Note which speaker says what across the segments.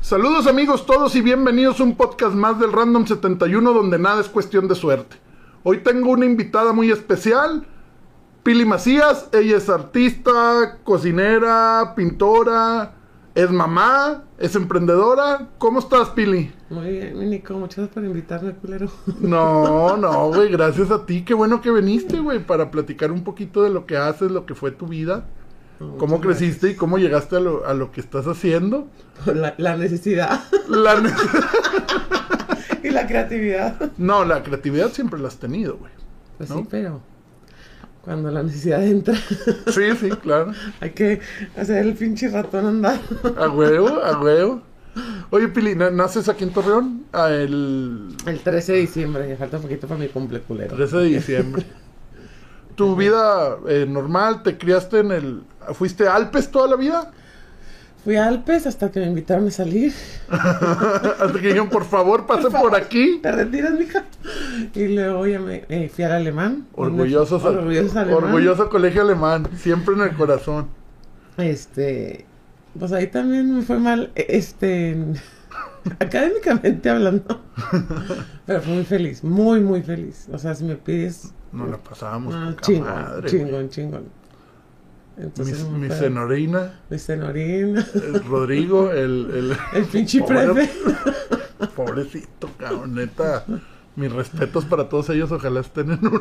Speaker 1: Saludos amigos todos y bienvenidos a un podcast más del Random 71 donde nada es cuestión de suerte. Hoy tengo una invitada muy especial, Pili Macías. Ella es artista, cocinera, pintora, es mamá, es emprendedora. ¿Cómo estás, Pili?
Speaker 2: Muy bien, mi Nico, muchas gracias por invitarme, culero.
Speaker 1: No, no, güey, gracias a ti. Qué bueno que viniste, güey, para platicar un poquito de lo que haces, lo que fue tu vida. ¿Cómo
Speaker 2: Muchas
Speaker 1: creciste y cómo llegaste a lo, a lo que estás haciendo?
Speaker 2: gracias. La, la necesidad
Speaker 1: La ne-
Speaker 2: y la creatividad.
Speaker 1: no, la creatividad siempre la has tenido, güey.
Speaker 2: Pues
Speaker 1: ¿No?
Speaker 2: sí, pero cuando la necesidad entra,
Speaker 1: Sí, sí, claro.
Speaker 2: hay que hacer el pinche ratón andar.
Speaker 1: A huevo, a huevo. Oye, Pili, ¿na- ¿naces aquí en Torreón? Ah, El
Speaker 2: El 13 de diciembre, ya falta un poquito para mi cumple, culero.
Speaker 1: 13 de diciembre. ¿Tu vida eh, normal? ¿Te criaste en el... ¿Fuiste a Alpes toda la vida?
Speaker 2: Fui a Alpes hasta que me invitaron a salir.
Speaker 1: Hasta que dijeron, por favor, pasen por,
Speaker 2: favor.
Speaker 1: aquí.
Speaker 2: ¿Te retiras, mija? Y luego ya me eh, fui al alemán.
Speaker 1: Orgullosos, al-
Speaker 2: Orgulloso alemán.
Speaker 1: orgulloso colegio alemán, siempre en el corazón.
Speaker 2: Este, pues ahí también me fue mal, e- este, en- académicamente hablando. Pero fui muy feliz, muy, muy feliz. O sea, si me pides,
Speaker 1: Nos la pasábamos
Speaker 2: no,
Speaker 1: poca
Speaker 2: chingón,
Speaker 1: madre.
Speaker 2: chingón, chingón. Entonces,
Speaker 1: Mis,
Speaker 2: no me
Speaker 1: mi
Speaker 2: acuerdo.
Speaker 1: senorina,
Speaker 2: Mi cenorina,
Speaker 1: el Rodrigo, el...
Speaker 2: el pinche
Speaker 1: Pobre-
Speaker 2: prefe.
Speaker 1: Pobrecito, cabrón, neta. Mis respetos para todos ellos. Ojalá estén en una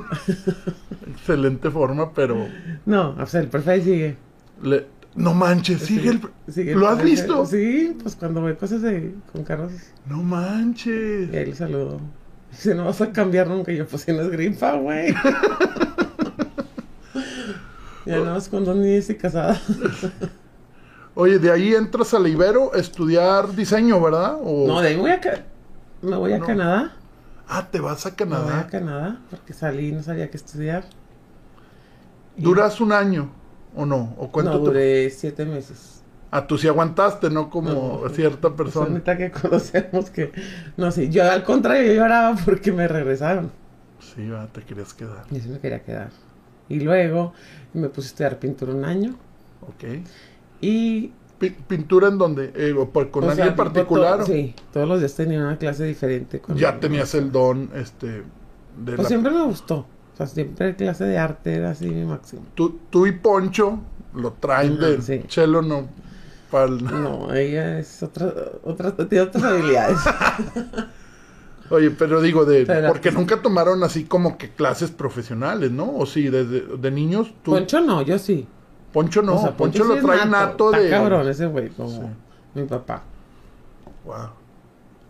Speaker 1: excelente forma, pero.
Speaker 2: No, o sea, el prefe ahí sigue.
Speaker 1: le- No manches, sigue el.
Speaker 2: sigue el
Speaker 1: ¿Lo has
Speaker 2: prefe.
Speaker 1: visto?
Speaker 2: Sí, pues cuando voy cosas de, con carros,
Speaker 1: No
Speaker 2: y
Speaker 1: manches.
Speaker 2: ahí le saludo. Dice, no vas a cambiar nunca. Y Yo, pues si no es gripa, güey. ya no vas con dos niñas y casada.
Speaker 1: Oye, de ahí entras al Ibero a estudiar diseño, ¿verdad? O-
Speaker 2: No, de ahí me voy a, Ca- me voy a
Speaker 1: Oh. No.
Speaker 2: Canadá.
Speaker 1: Ah, te vas a
Speaker 2: Me voy
Speaker 1: Canadá.
Speaker 2: a Canadá porque salí y no sabía qué estudiar.
Speaker 1: ¿Duras un año o no? ¿O cuánto
Speaker 2: No,
Speaker 1: te-
Speaker 2: duré siete meses.
Speaker 1: Ah, tú sí aguantaste, ¿no? Como
Speaker 2: No,
Speaker 1: cierta
Speaker 2: Persona
Speaker 1: persona.
Speaker 2: que conocemos que. No, sí, yo al contrario, yo lloraba porque me regresaron.
Speaker 1: Sí, va, te querías quedar.
Speaker 2: Y así me quería quedar. Y luego me puse a estudiar pintura un año.
Speaker 1: Ok.
Speaker 2: Y
Speaker 1: Pi- ¿Pintura en dónde? Eh, ¿o por- ¿Con
Speaker 2: O sea,
Speaker 1: alguien
Speaker 2: tipo
Speaker 1: particular?
Speaker 2: to-
Speaker 1: o-
Speaker 2: sí, todos los días tenía una clase diferente. con-
Speaker 1: Ya tenías el don, este, de
Speaker 2: Pues
Speaker 1: la-
Speaker 2: siempre me gustó. O sea, siempre clase de arte era así mi máximo.
Speaker 1: Tú, tú y Poncho lo traen
Speaker 2: Ajá,
Speaker 1: de
Speaker 2: sí.
Speaker 1: chelo, no, pal-
Speaker 2: No, ella es otra, otra, tiene otras habilidades.
Speaker 1: Oye, pero digo, de,
Speaker 2: Pero-
Speaker 1: porque nunca tomaron así como que clases profesionales, ¿no? O sí, desde de niños, tú, Poncho,
Speaker 2: Poncho no, yo sí.
Speaker 1: no,
Speaker 2: O sea,
Speaker 1: Poncho,
Speaker 2: sí
Speaker 1: lo
Speaker 2: es
Speaker 1: trae nato,
Speaker 2: Está
Speaker 1: de...
Speaker 2: cabrón ese güey, como
Speaker 1: Sí.
Speaker 2: mi papá.
Speaker 1: Wow.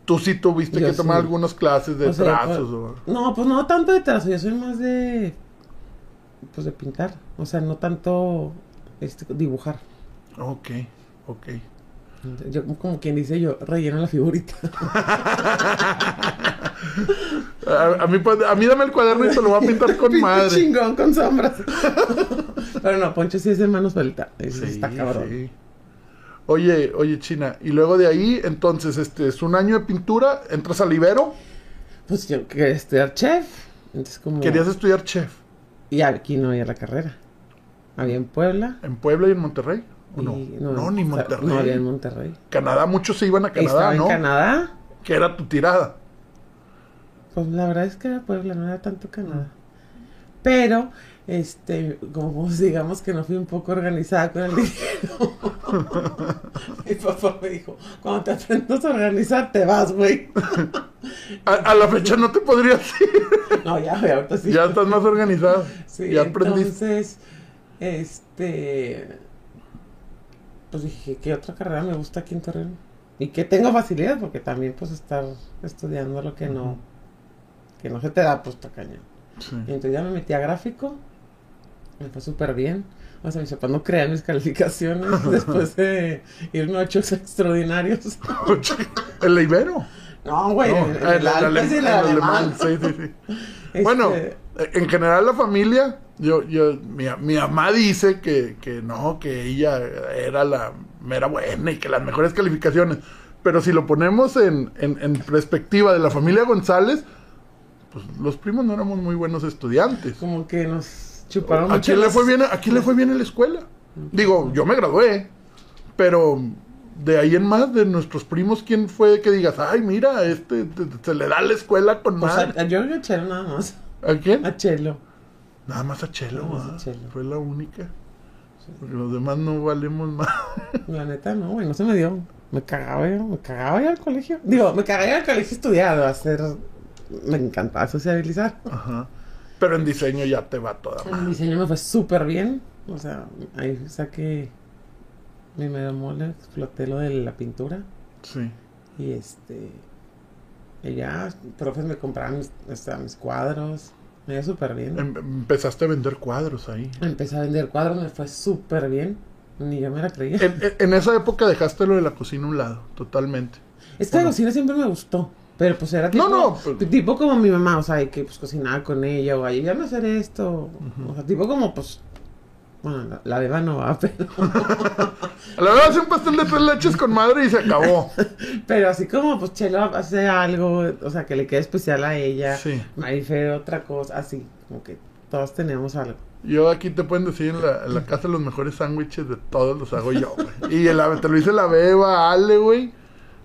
Speaker 1: Tú sí tuviste
Speaker 2: Yo
Speaker 1: que tomar
Speaker 2: sí.
Speaker 1: algunas clases de
Speaker 2: O sea,
Speaker 1: trazos,
Speaker 2: pues-
Speaker 1: o-
Speaker 2: No, pues no tanto de trazo, yo soy más de. Pues de pintar. O sea, no tanto este, dibujar.
Speaker 1: Ok, ok.
Speaker 2: Yo, como quien dice, yo relleno la figurita.
Speaker 1: A, a mí, pues, a mí dame el cuaderno y te lo voy a pintar con
Speaker 2: Pinche
Speaker 1: madre.
Speaker 2: chingón con sombras. Pero no, Poncho sí es de mano suelta. Es,
Speaker 1: Sí,
Speaker 2: está cabrón.
Speaker 1: sí. Oye, oye, China, y luego de ahí, entonces, este, es un año de pintura, entras al Ibero,
Speaker 2: Pues yo quería estudiar chef. Entonces como...
Speaker 1: querías estudiar chef
Speaker 2: Y aquí no había la carrera. Había en Puebla.
Speaker 1: en Puebla y en Monterrey, ¿o no?
Speaker 2: y-
Speaker 1: no? ni
Speaker 2: o sea,
Speaker 1: Monterrey.
Speaker 2: No había en Monterrey.
Speaker 1: Canadá, muchos se iban a
Speaker 2: Estaba
Speaker 1: Canadá, ¿no?
Speaker 2: en Canadá.
Speaker 1: Que era tu tirada.
Speaker 2: Pues la verdad es que era Puebla, no era tanto Canadá. Pero, este, como digamos que no fui un poco organizada con el dinero. Mi papá me dijo, cuando te aprendas a organizar, te vas, güey.
Speaker 1: A, a la fecha no te podrías ir.
Speaker 2: No, ya, güey, ahorita sí.
Speaker 1: Ya estás más organizado.
Speaker 2: Sí,
Speaker 1: ya aprendiste.
Speaker 2: entonces, este, pues dije, ¿qué otra carrera me gusta aquí en Torreón? Y que tengo facilidad, porque también, pues, estar estudiando lo que no,
Speaker 1: Ujú.
Speaker 2: que no se te da, pues, está cañón. Y
Speaker 1: Sí.
Speaker 2: entonces ya me metí a gráfico, me fue súper bien. O sea, mis papás no crean mis calificaciones después de irme a ocho extraordinarios.
Speaker 1: El Ibero.
Speaker 2: No, güey,
Speaker 1: No,
Speaker 2: el, el,
Speaker 1: el- el
Speaker 2: Alpes y
Speaker 1: alem-
Speaker 2: el
Speaker 1: el alemán,
Speaker 2: alemán.
Speaker 1: sí, sí, sí. Bueno, eh,
Speaker 2: Este,
Speaker 1: en general la familia, yo, yo, mi, mi mamá dice que, que no, que ella era la mera buena y que las mejores calificaciones. Pero si lo ponemos en, en- en perspectiva de la familia González, pues los primos no éramos muy buenos estudiantes.
Speaker 2: como que nos chuparon
Speaker 1: ¿A
Speaker 2: mucho
Speaker 1: quién, le
Speaker 2: las-
Speaker 1: fue bien, a quién le fue bien en la escuela? Digo, yo me gradué, pero de ahí en más, de nuestros primos, ¿quién fue que digas, ay, mira, este te- te- se le da la escuela con
Speaker 2: Pues
Speaker 1: madre?
Speaker 2: a, a- yo creo que a Chelo nada más.
Speaker 1: ¿A quién?
Speaker 2: A Chelo.
Speaker 1: Nada más a Chelo,
Speaker 2: Nada más a
Speaker 1: ¿verdad?
Speaker 2: Chelo.
Speaker 1: Fue la única. Porque los demás no valemos más.
Speaker 2: La neta, no, güey, no se me dio. Me cagaba yo, me cagaba yo al colegio. Digo, me cagaba yo al colegio estudiado, a hacer. Me encantaba sociabilizar.
Speaker 1: Ajá. Pero en diseño ya te va toda
Speaker 2: El
Speaker 1: madre.
Speaker 2: diseño me fue súper bien. O sea, ahí saqué mi mero mole, exploté lo de la pintura.
Speaker 1: Sí.
Speaker 2: Y este. Y ya, profes me compraban mis, o sea, mis cuadros. Me iba súper bien.
Speaker 1: Em- empezaste a vender cuadros ahí.
Speaker 2: Empecé a vender cuadros, me fue súper bien. Ni yo me la creía.
Speaker 1: En, en- en esa época dejaste lo de la cocina a un lado, totalmente.
Speaker 2: Es que
Speaker 1: Bueno.
Speaker 2: la cocina siempre me gustó. Pero pues era tipo,
Speaker 1: No, no, pero-
Speaker 2: tipo como mi mamá, o sea, de que pues cocinaba con ella o ayudarme a hacer esto. O sea, tipo como pues. Bueno, la, la beba no va, pero.
Speaker 1: La verdad, hace un pastel de tres leches con madre y se acabó.
Speaker 2: Pero así como, pues Chelo hace algo, o sea, que le quede especial a ella.
Speaker 1: Sí.
Speaker 2: Marifer otra cosa, así, como que todos tenemos algo.
Speaker 1: Yo aquí te pueden decir en la, en la casa los mejores sándwiches de todos los hago yo, güey. Y el- te lo dice la beba, Ale, güey.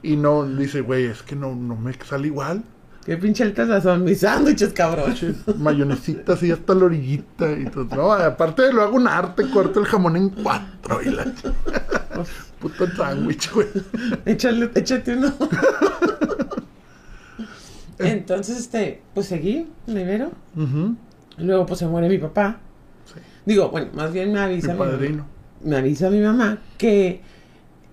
Speaker 1: Y no, dice, güey, es que no, no me sale igual.
Speaker 2: Qué pinche altas son mis sándwiches, cabrón.
Speaker 1: Ches, Mayonesita así hasta la orillita. Y todo. No, aparte lo hago un arte, corto el jamón en cuatro. Y la ch- puto sándwich, güey.
Speaker 2: Échale, échate uno. Entonces, este, pues seguí, me vieron.
Speaker 1: Ujú,
Speaker 2: Luego, pues se muere mi papá.
Speaker 1: sí.
Speaker 2: Digo, bueno, más bien me
Speaker 1: Mi
Speaker 2: avisa mi mamá-
Speaker 1: padrino.
Speaker 2: me avisa mi mamá que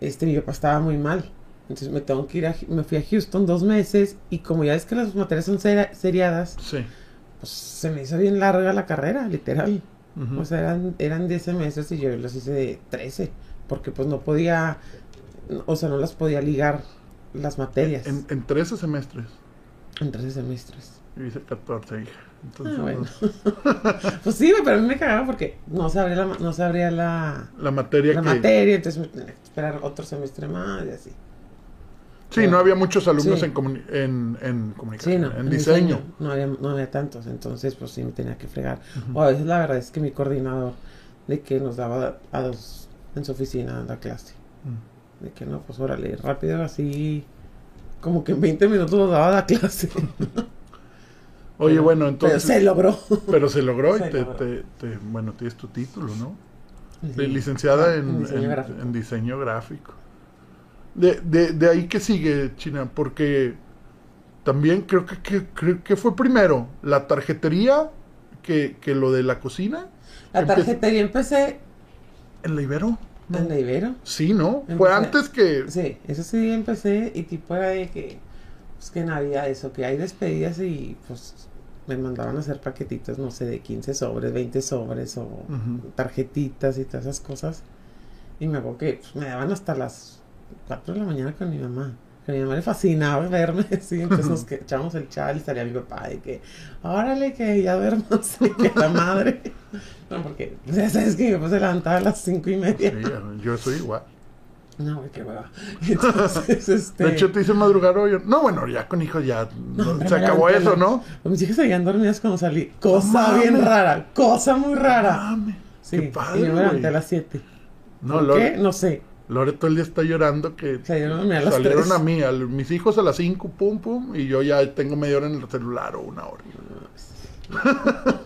Speaker 2: este mi papá estaba muy mal. Entonces me tengo que ir a, Hu- me fui a Houston dos meses y como ya ves que las materias son seri- seriadas,
Speaker 1: Sí.
Speaker 2: pues se me hizo bien larga la carrera, literal.
Speaker 1: ujú.
Speaker 2: O sea, eran, eran 10 semestres y yo los hice de 13, porque pues no podía, o sea, no las podía ligar las materias
Speaker 1: en,
Speaker 2: en,
Speaker 1: en 13 semestres.
Speaker 2: 13 semestres.
Speaker 1: Yo hice 14, hija. Entonces,
Speaker 2: Ah, bueno.
Speaker 1: pues,
Speaker 2: pues sí, güey, pero a mí me cagaba porque no sabría la, ma- no sabría la,
Speaker 1: la materia
Speaker 2: la
Speaker 1: que.
Speaker 2: materia, entonces me tenía que esperar otro semestre más y así.
Speaker 1: Sí, no había muchos alumnos
Speaker 2: Sí.
Speaker 1: en, comuni- en, en comunicación,
Speaker 2: Sí, no,
Speaker 1: en, diseño.
Speaker 2: No había, no había tantos, entonces pues sí me tenía que fregar. O a veces la verdad es que mi coordinador de que nos daba a dos en su oficina la clase.
Speaker 1: Mm.
Speaker 2: De que no, pues órale, rápido así, como que en 20 minutos nos daba la clase.
Speaker 1: Oye, bueno,
Speaker 2: Pero
Speaker 1: entonces.
Speaker 2: se logró.
Speaker 1: pero se logró y
Speaker 2: Se
Speaker 1: te,
Speaker 2: logró.
Speaker 1: te- te- bueno, tienes tu título, ¿no?
Speaker 2: Sí.
Speaker 1: De licenciada en,
Speaker 2: En diseño
Speaker 1: en-
Speaker 2: gráfico.
Speaker 1: en diseño gráfico. De, de- de ahí que sigue, China, porque también creo que, que- creo que fue primero la tarjetería que, que lo de la cocina
Speaker 2: La
Speaker 1: Empie-
Speaker 2: tarjetería empecé
Speaker 1: en la Ibero. ¿no?
Speaker 2: en la Ibero.
Speaker 1: Sí, ¿no? Fue
Speaker 2: Empecé-
Speaker 1: antes que...
Speaker 2: Sí, eso sí empecé y tipo era de que, pues que Navidad, eso, que hay despedidas y pues me mandaban a hacer paquetitos, no sé, de 15 sobres, 20 sobres o
Speaker 1: Ujú.
Speaker 2: tarjetitas y todas esas cosas. Y me acuerdo que pues, me daban hasta las 4 de la mañana con mi mamá. Que a mi mamá le fascinaba verme, sí, entonces nos que- echábamos el chal y salía mi papá de que, órale, que ya duermas, y que la madre. No, porque ya sabes que mi papá se levantaba a las 5 y media.
Speaker 1: Sí, yo soy igual.
Speaker 2: No, güey, qué hueva. Entonces, este.
Speaker 1: De hecho, te hice madrugar hoy. No, bueno, ya con hijos ya no,
Speaker 2: hombre,
Speaker 1: se
Speaker 2: me
Speaker 1: acabó
Speaker 2: levanté a
Speaker 1: eso,
Speaker 2: la-
Speaker 1: ¿no?
Speaker 2: Mis hijas seguían dormidas cuando salí. Cosa
Speaker 1: mames.
Speaker 2: bien rara, cosa muy rara.
Speaker 1: Mame,
Speaker 2: Sí,
Speaker 1: qué padre,
Speaker 2: y yo me levanté
Speaker 1: güey.
Speaker 2: a las 7.
Speaker 1: No,
Speaker 2: ¿Por qué?
Speaker 1: Lore,
Speaker 2: No sé.
Speaker 1: Lore todo el día está llorando que
Speaker 2: Salieron a mí a las
Speaker 1: salieron
Speaker 2: tres.
Speaker 1: a mí, a l- mis hijos a las 5, pum, pum, y yo ya tengo media hora en el celular o una hora.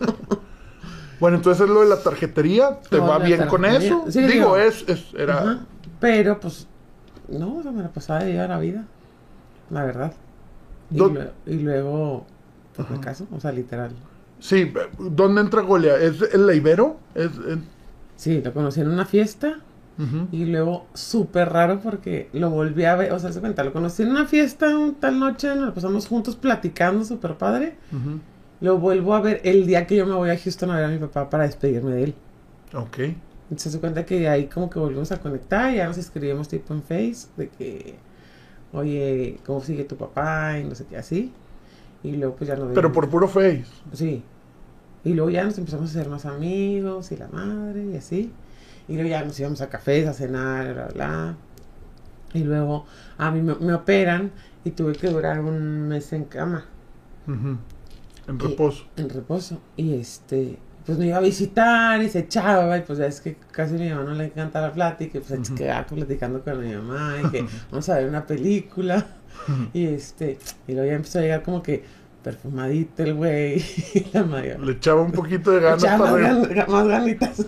Speaker 1: bueno, entonces lo de la tarjetería, ¿te
Speaker 2: Lo de
Speaker 1: va
Speaker 2: la
Speaker 1: bien con
Speaker 2: tarjetería.
Speaker 1: eso?
Speaker 2: Sí,
Speaker 1: digo,
Speaker 2: digo.
Speaker 1: es, es- era...
Speaker 2: Ajá. Pero, pues, no, o sea, me la pasaba de llevar la vida. La verdad. Y,
Speaker 1: Do-
Speaker 2: lue- y luego, pues me caso, o sea, literal.
Speaker 1: Sí, ¿dónde entra Golia? ¿Es en la Ibero? ¿Es, en-
Speaker 2: Sí, lo conocí en una fiesta.
Speaker 1: ujú.
Speaker 2: Y luego, súper raro porque lo volví a ver, o sea, se cuenta, lo conocí en una fiesta un tal noche, nos la pasamos juntos platicando, súper padre.
Speaker 1: Ujú.
Speaker 2: Lo vuelvo a ver el día que yo me voy a Houston a ver a mi papá para despedirme de él.
Speaker 1: Ok.
Speaker 2: Entonces se cuenta que de ahí como que volvimos a conectar, ya nos escribimos tipo en Face, de que, oye, ¿cómo sigue tu papá? Y no sé qué, así. Y luego pues ya nos
Speaker 1: Pero
Speaker 2: vimos.
Speaker 1: por puro Face.
Speaker 2: Sí. Y luego ya nos empezamos a hacer más amigos y la madre y así. Y luego ya nos íbamos a cafés, a cenar, bla, bla. Y luego a mí me, me operan y tuve que durar un mes en cama,
Speaker 1: Ujú. En
Speaker 2: Y-
Speaker 1: reposo.
Speaker 2: en reposo. Y este, pues me iba a visitar y se echaba, y pues ya es que casi a mi mamá no le encanta la plática, y pues se quedaba platicando con mi mamá, y que vamos a ver una película, y este, y luego ya empezó a llegar como que perfumadito el güey, y la madre,
Speaker 1: Le echaba un poquito de
Speaker 2: le
Speaker 1: ganas
Speaker 2: echaba más,
Speaker 1: para
Speaker 2: gan- más ganitas.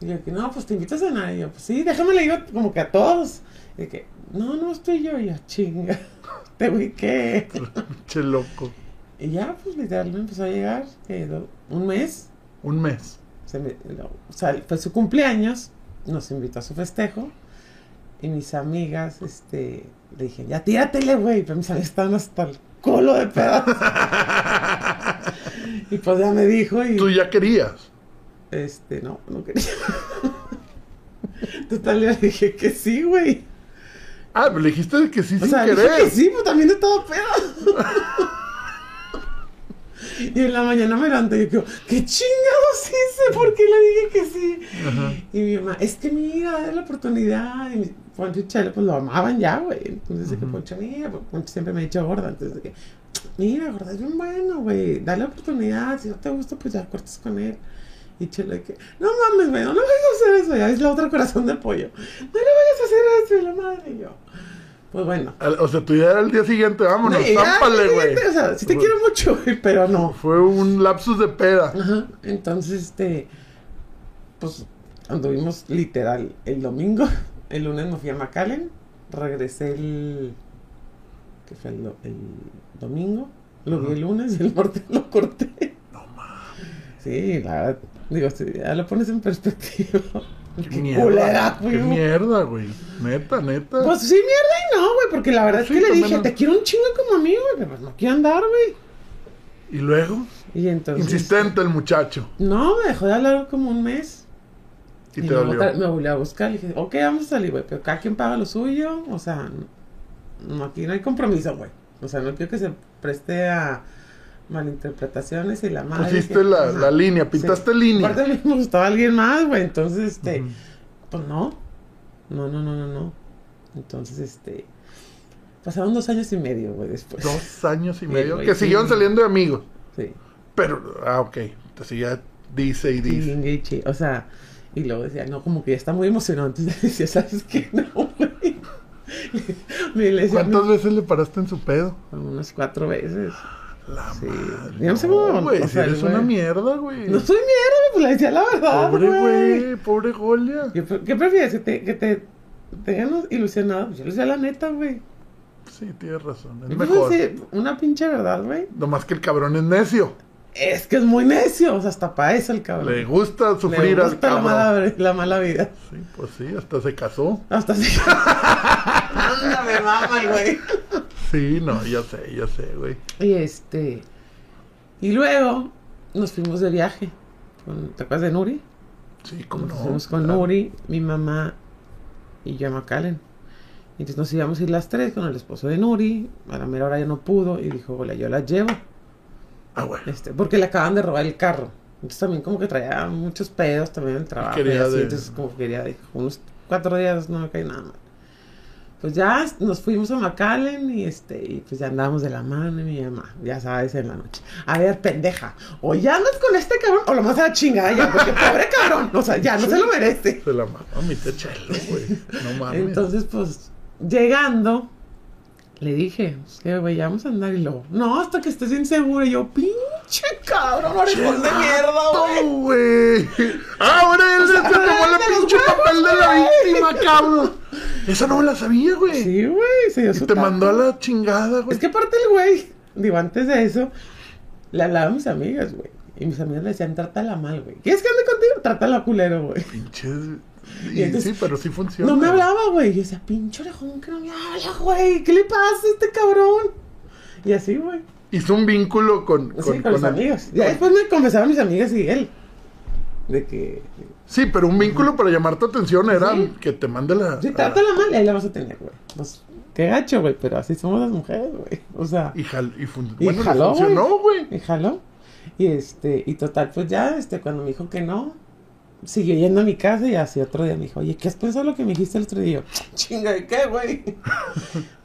Speaker 2: y yo que, no, pues te invito a cenar, y yo, pues sí, déjame le digo como que a todos, y de que, no, no estoy yo, y yo, chinga, te güey, ¿qué?
Speaker 1: Che loco.
Speaker 2: Y ya, pues literal, me empezó a llegar, que do- un mes,
Speaker 1: Un mes.
Speaker 2: se me- lo- o sea, fue su cumpleaños, nos invitó a su festejo y mis amigas, este, le dije, ya tíratele, güey, pero mis amigas estaban hasta el culo de pedazos. y pues ya me dijo y,
Speaker 1: Tú ya querías.
Speaker 2: este, no, no quería. Total, le dije que sí, güey.
Speaker 1: Ah, pero le dijiste que sí
Speaker 2: O
Speaker 1: sin
Speaker 2: sea, dije
Speaker 1: querer.
Speaker 2: que sí, pues también estaba pedo. y en la mañana me levanté y yo, ¿qué chingados hice? ¿Por qué le dije que sí?
Speaker 1: Ajá.
Speaker 2: Y mi mamá, es que mira, dale la oportunidad. Y mi- Poncho y Chelo, pues lo amaban ya, güey. Entonces, de que Poncho, mira, pues, Poncho siempre me ha dicho gorda. Entonces, de que, mira, gorda es bien bueno, güey. Dale la oportunidad. Si no te gusta, pues ya cortas con él. Y Chelo, de que, no mames, güey, no le vayas a hacer eso. Ya es la otra corazón de pollo. No le vayas a hacer eso. Y la madre, y yo, pues bueno.
Speaker 1: Al- O sea, tú ya era el día siguiente, vámonos,
Speaker 2: No, y ya,
Speaker 1: zámpale, güey. Pues,
Speaker 2: fíjate, O sea, sí te quiero mucho, güey, pero no.
Speaker 1: Fue un lapsus de peda.
Speaker 2: Ajá, entonces, este, pues anduvimos literal el domingo, el lunes me fui a McAllen, regresé el, que fue el, do- el domingo, lo vi el lunes, el martes lo corté. No Sí, la verdad, digo, si ya lo pones en perspectiva.
Speaker 1: Qué
Speaker 2: culera,
Speaker 1: mierda. Qué
Speaker 2: güey.
Speaker 1: mierda, güey. Neta, neta.
Speaker 2: Pues sí, mierda y no, güey, porque la verdad
Speaker 1: Sí, pues
Speaker 2: es que le
Speaker 1: también
Speaker 2: dije,
Speaker 1: no.
Speaker 2: te quiero un chingo como amigo, güey, pero pues no quiero andar, güey.
Speaker 1: y luego,
Speaker 2: Y entonces...
Speaker 1: insistente el muchacho.
Speaker 2: No, me dejó de hablar como un mes.
Speaker 1: Y,
Speaker 2: Y
Speaker 1: te
Speaker 2: luego
Speaker 1: dolió.
Speaker 2: otra- me volvió a buscar. Le dije, ok, vamos a salir, güey, pero cada quien paga lo suyo. O sea, no, aquí no hay compromiso, güey. O sea, no quiero que se preste a malinterpretaciones y la madre.
Speaker 1: Pusiste
Speaker 2: que-
Speaker 1: la,
Speaker 2: Ajá.
Speaker 1: la línea, pintaste
Speaker 2: Sí.
Speaker 1: línea.
Speaker 2: Aparte, a mí me gustaba alguien más, güey. Entonces, este,
Speaker 1: Ujú.
Speaker 2: pues no. No, no, no, no, no. Entonces, este, pasaron dos años y medio, güey, después.
Speaker 1: Dos años y
Speaker 2: pues, Sí,
Speaker 1: medio.
Speaker 2: güey,
Speaker 1: que
Speaker 2: sí.
Speaker 1: siguieron saliendo de amigos.
Speaker 2: Sí.
Speaker 1: Pero, ah, ok. Entonces ya dice y
Speaker 2: Sí,
Speaker 1: dice.
Speaker 2: bien gay, chi- O sea, y luego decía, no, como que ya está muy emocionado. Entonces decía, ¿sabes qué? No, güey. Me le decía,
Speaker 1: ¿Cuántas veces le paraste en su pedo?
Speaker 2: no, unas cuatro veces.
Speaker 1: La
Speaker 2: Sí.
Speaker 1: madre.
Speaker 2: Ya no sé cómo-
Speaker 1: güey,
Speaker 2: o
Speaker 1: si
Speaker 2: sea,
Speaker 1: eres
Speaker 2: güey.
Speaker 1: una mierda, güey.
Speaker 2: No soy mierda, pues le decía la verdad.
Speaker 1: Pobre
Speaker 2: güey.
Speaker 1: güey, pobre Golia.
Speaker 2: ¿Qué, pre- qué prefieres? ¿Que te, que te tengan ilusionado? Yo le decía la neta, güey.
Speaker 1: Sí, tienes razón. Es
Speaker 2: Yo
Speaker 1: mejor.
Speaker 2: decía una pinche verdad, güey.
Speaker 1: Nomás que el cabrón es necio.
Speaker 2: Es que es muy necio. O sea, hasta para eso el cabrón.
Speaker 1: Le gusta sufrir
Speaker 2: Le
Speaker 1: al
Speaker 2: gusta la
Speaker 1: cabrón.
Speaker 2: mala, la mala vida.
Speaker 1: Sí, pues sí, hasta se casó.
Speaker 2: Hasta así. Ándame, mama, el güey.
Speaker 1: Sí, no, ya sé, ya sé, güey.
Speaker 2: Y este. Y luego nos fuimos de viaje. Con, ¿Te acuerdas de Nuri?
Speaker 1: Sí, cómo
Speaker 2: Nos
Speaker 1: no.
Speaker 2: fuimos con
Speaker 1: claro.
Speaker 2: Nuri, mi mamá y yo a McAllen. Y Entonces nos íbamos a ir las tres con el esposo de Nuri. A la mera hora ya no pudo y dijo: Hola, yo la llevo.
Speaker 1: Ah, güey.
Speaker 2: Este, porque le acaban de robar el carro. Entonces también como que traía muchos pedos también en el trabajo. y
Speaker 1: quería
Speaker 2: así,
Speaker 1: de-
Speaker 2: Entonces como que quería, dijo, unos cuatro días no me cae nada mal. Pues ya s- nos fuimos a McAllen y este, y pues ya andábamos de la mano y mi mamá, ya sabes, en la noche. A ver, pendeja, o ya andas con este cabrón, o lo más a la chingada ya, porque pobre cabrón, o sea, ya no se lo merece.
Speaker 1: Se la mamá, mi techelo, güey. No mames.
Speaker 2: Entonces, pues, llegando, le dije, pues, que güey, ya vamos a andar y luego, no, hasta que estés inseguro. Y yo, pinche cabrón, orejón de mierda, güey.
Speaker 1: ¡Todo, güey! ¡Ahora él se
Speaker 2: sea,
Speaker 1: tomó
Speaker 2: ahora
Speaker 1: la
Speaker 2: él de los
Speaker 1: pinche
Speaker 2: huevos,
Speaker 1: papel de la
Speaker 2: güey.
Speaker 1: víctima, cabrón! Esa no me la sabía, güey.
Speaker 2: Sí, güey, se dio
Speaker 1: y
Speaker 2: su
Speaker 1: te
Speaker 2: taco.
Speaker 1: mandó a la chingada, güey.
Speaker 2: Es que aparte el güey, digo, antes de eso, le hablaba a mis amigas, güey. Y mis amigas le decían, trátala mal, güey. ¿Quieres que ande contigo? Trátala culero, güey.
Speaker 1: Pinches.
Speaker 2: Y entonces-
Speaker 1: sí, pero sí funciona.
Speaker 2: No me hablaba, güey. Yo decía, pinche orejón que no me habla, güey. ¿Qué le pasa a este cabrón? Y así, güey.
Speaker 1: Hizo un vínculo con.
Speaker 2: Sí, con, los
Speaker 1: el-
Speaker 2: amigos. Ya después me confesaban mis amigas y él. De que.
Speaker 1: Sí, pero un vínculo para llamar tu atención era
Speaker 2: Sí.
Speaker 1: que te mande la.
Speaker 2: Si trátala mal, ahí la vas a tener, güey. Pues, qué gacho, güey. Pero así somos las mujeres, güey. O sea.
Speaker 1: Y, jal- y fun-
Speaker 2: Y
Speaker 1: bueno, le
Speaker 2: jaló, güey.
Speaker 1: funcionó, güey.
Speaker 2: Me jaló. Y este, y total, pues ya, este, cuando me dijo que no, siguió yendo a mi casa y así otro día me dijo, oye, ¿qué has pensado lo que me dijiste el otro día? Y yo, chinga, ¿de qué, güey?